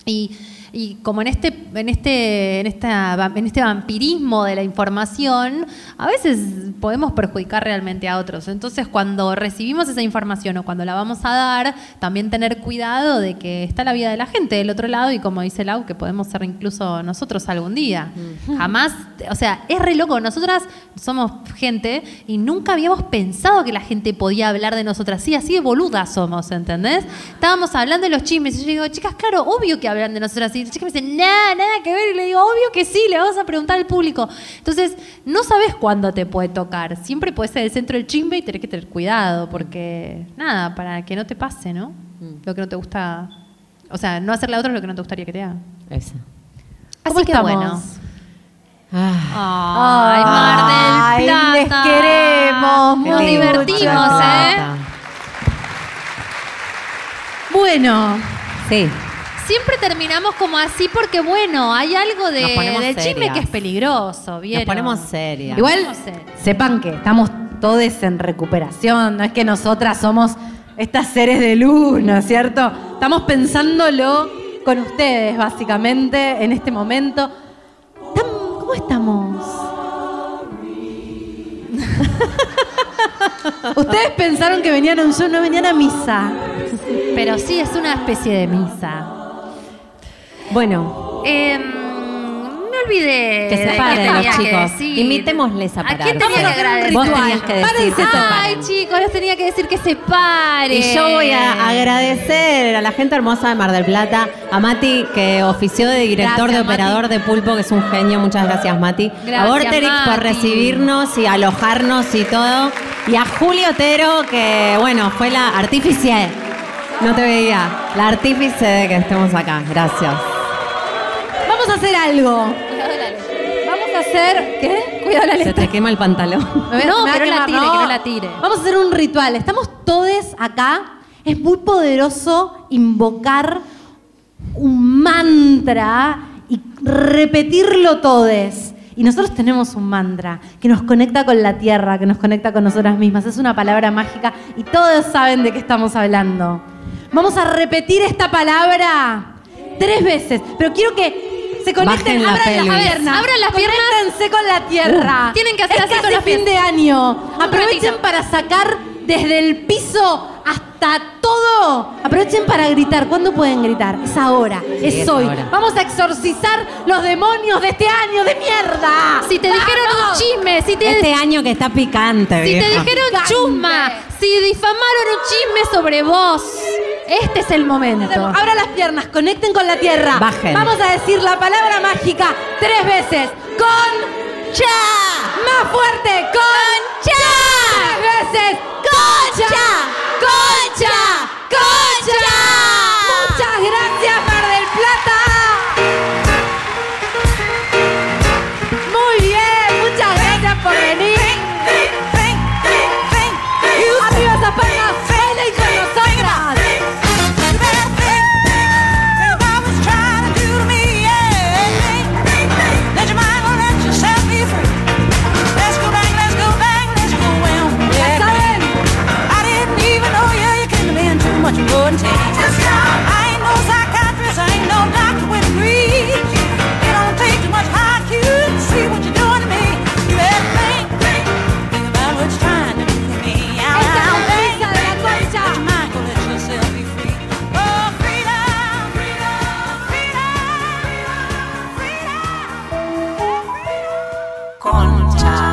Y, y como en este, en este, en esta, va- en este vampirismo de la información, a veces podemos perjudicar realmente a otros. Entonces, cuando recibimos esa información o cuando la vamos a dar, también tener cuidado de que está la vida de la gente del otro lado y como dice Lau, que podemos ser incluso nosotros algún día. Jamás, o sea, es re loco. Nosotras somos gente y nunca habíamos pensado que la gente podía hablar de nosotras. Sí, así de boludas somos, ¿entendés? Estábamos hablando de los chismes. Y yo digo, chicas, claro, obvio que hablan de nosotras. Y las chicas me dicen, nada, nada que ver. Y le digo, obvio que sí, le vamos a preguntar al público. Entonces, no sabes cuándo te puede tocar. Siempre puede ser el centro del chisme y tenés que tener cuidado porque, nada, para que no te pase, ¿no? Lo que no te gusta. O sea, no hacerle a otros lo que no te gustaría que te hagan. Esa. Así ¿Cómo que estamos? bueno. Ay, Mar del Plata. Les queremos. Nos divertimos, ¿eh? Bueno. Sí. Siempre terminamos como así porque, bueno, hay algo de, Nos ponemos del chisme serias. que es peligroso, ¿vieron? ponemos serias. Nos Igual ponemos serias. sepan que estamos todos en recuperación, no es que nosotras somos estas seres de luz, ¿no es cierto? Estamos pensándolo con ustedes, básicamente, en este momento. Tam- ¿Cómo estamos? ustedes pensaron que venían a un show, no venían a misa. Pero sí es una especie de misa. Bueno, Em, me olvidé. que de se qué paren tenía los que chicos. decir. Invitémosles a ¿A parar. quién tenía que agradecer? Vos tenías que decir que se Ay, chicos, les tenía que decir que se paren. Y yo voy a agradecer a la gente hermosa de Mar del Plata, a Mati, que ofició de director Gracias, de operador de Pulpo, que es un genio. Muchas gracias, Mati. Gracias, a Vorterix por Mati. recibirnos y alojarnos y todo. Y a Julio Otero, que, bueno, fue la artífice. No te veía. La artífice de que estemos acá. Gracias. Vamos a hacer algo. Vamos a hacer. ¿Qué? Cuidado la Se letra. te quema el pantalón. Me voy a- No, me voy a que no quemar, la tire, que no la tire. Vamos a hacer un ritual. Estamos todos acá. Es muy poderoso invocar un mantra y repetirlo todos. Y nosotros tenemos un mantra que nos conecta con la tierra, que nos conecta con nosotras mismas. Es una palabra mágica y todos saben de qué estamos hablando. Vamos a repetir esta palabra tres veces. Pero quiero que se conecten, Bajen la abran las pelvis. piernas. Abran las piernas. Conéctense con la tierra. Uh, tienen que hacer Es así con casi los pies. fin de año. Un Aprovechen ratito. para sacar desde el piso hasta todo. Aprovechen para gritar. ¿Cuándo pueden gritar? Es ahora. Sí, es, es hoy. ahora. Vamos a exorcizar los demonios de este año de mierda. Si te dijeron un ¡Vamos! chisme, si te Este año que está picante, Si te vieja. dijeron chuma, si difamaron un chisme sobre vos, este es el momento. Abra las piernas, conecten con la tierra. Bajen. Vamos a decir la palabra mágica tres veces. Concha. Más fuerte. Concha. Tres veces. Concha. Concha. Concha. Muchas gracias, Mar del Plata. Muy bien. Muchas gracias por venir. Arriba esas palmas. Bailen con nosotras. Concha.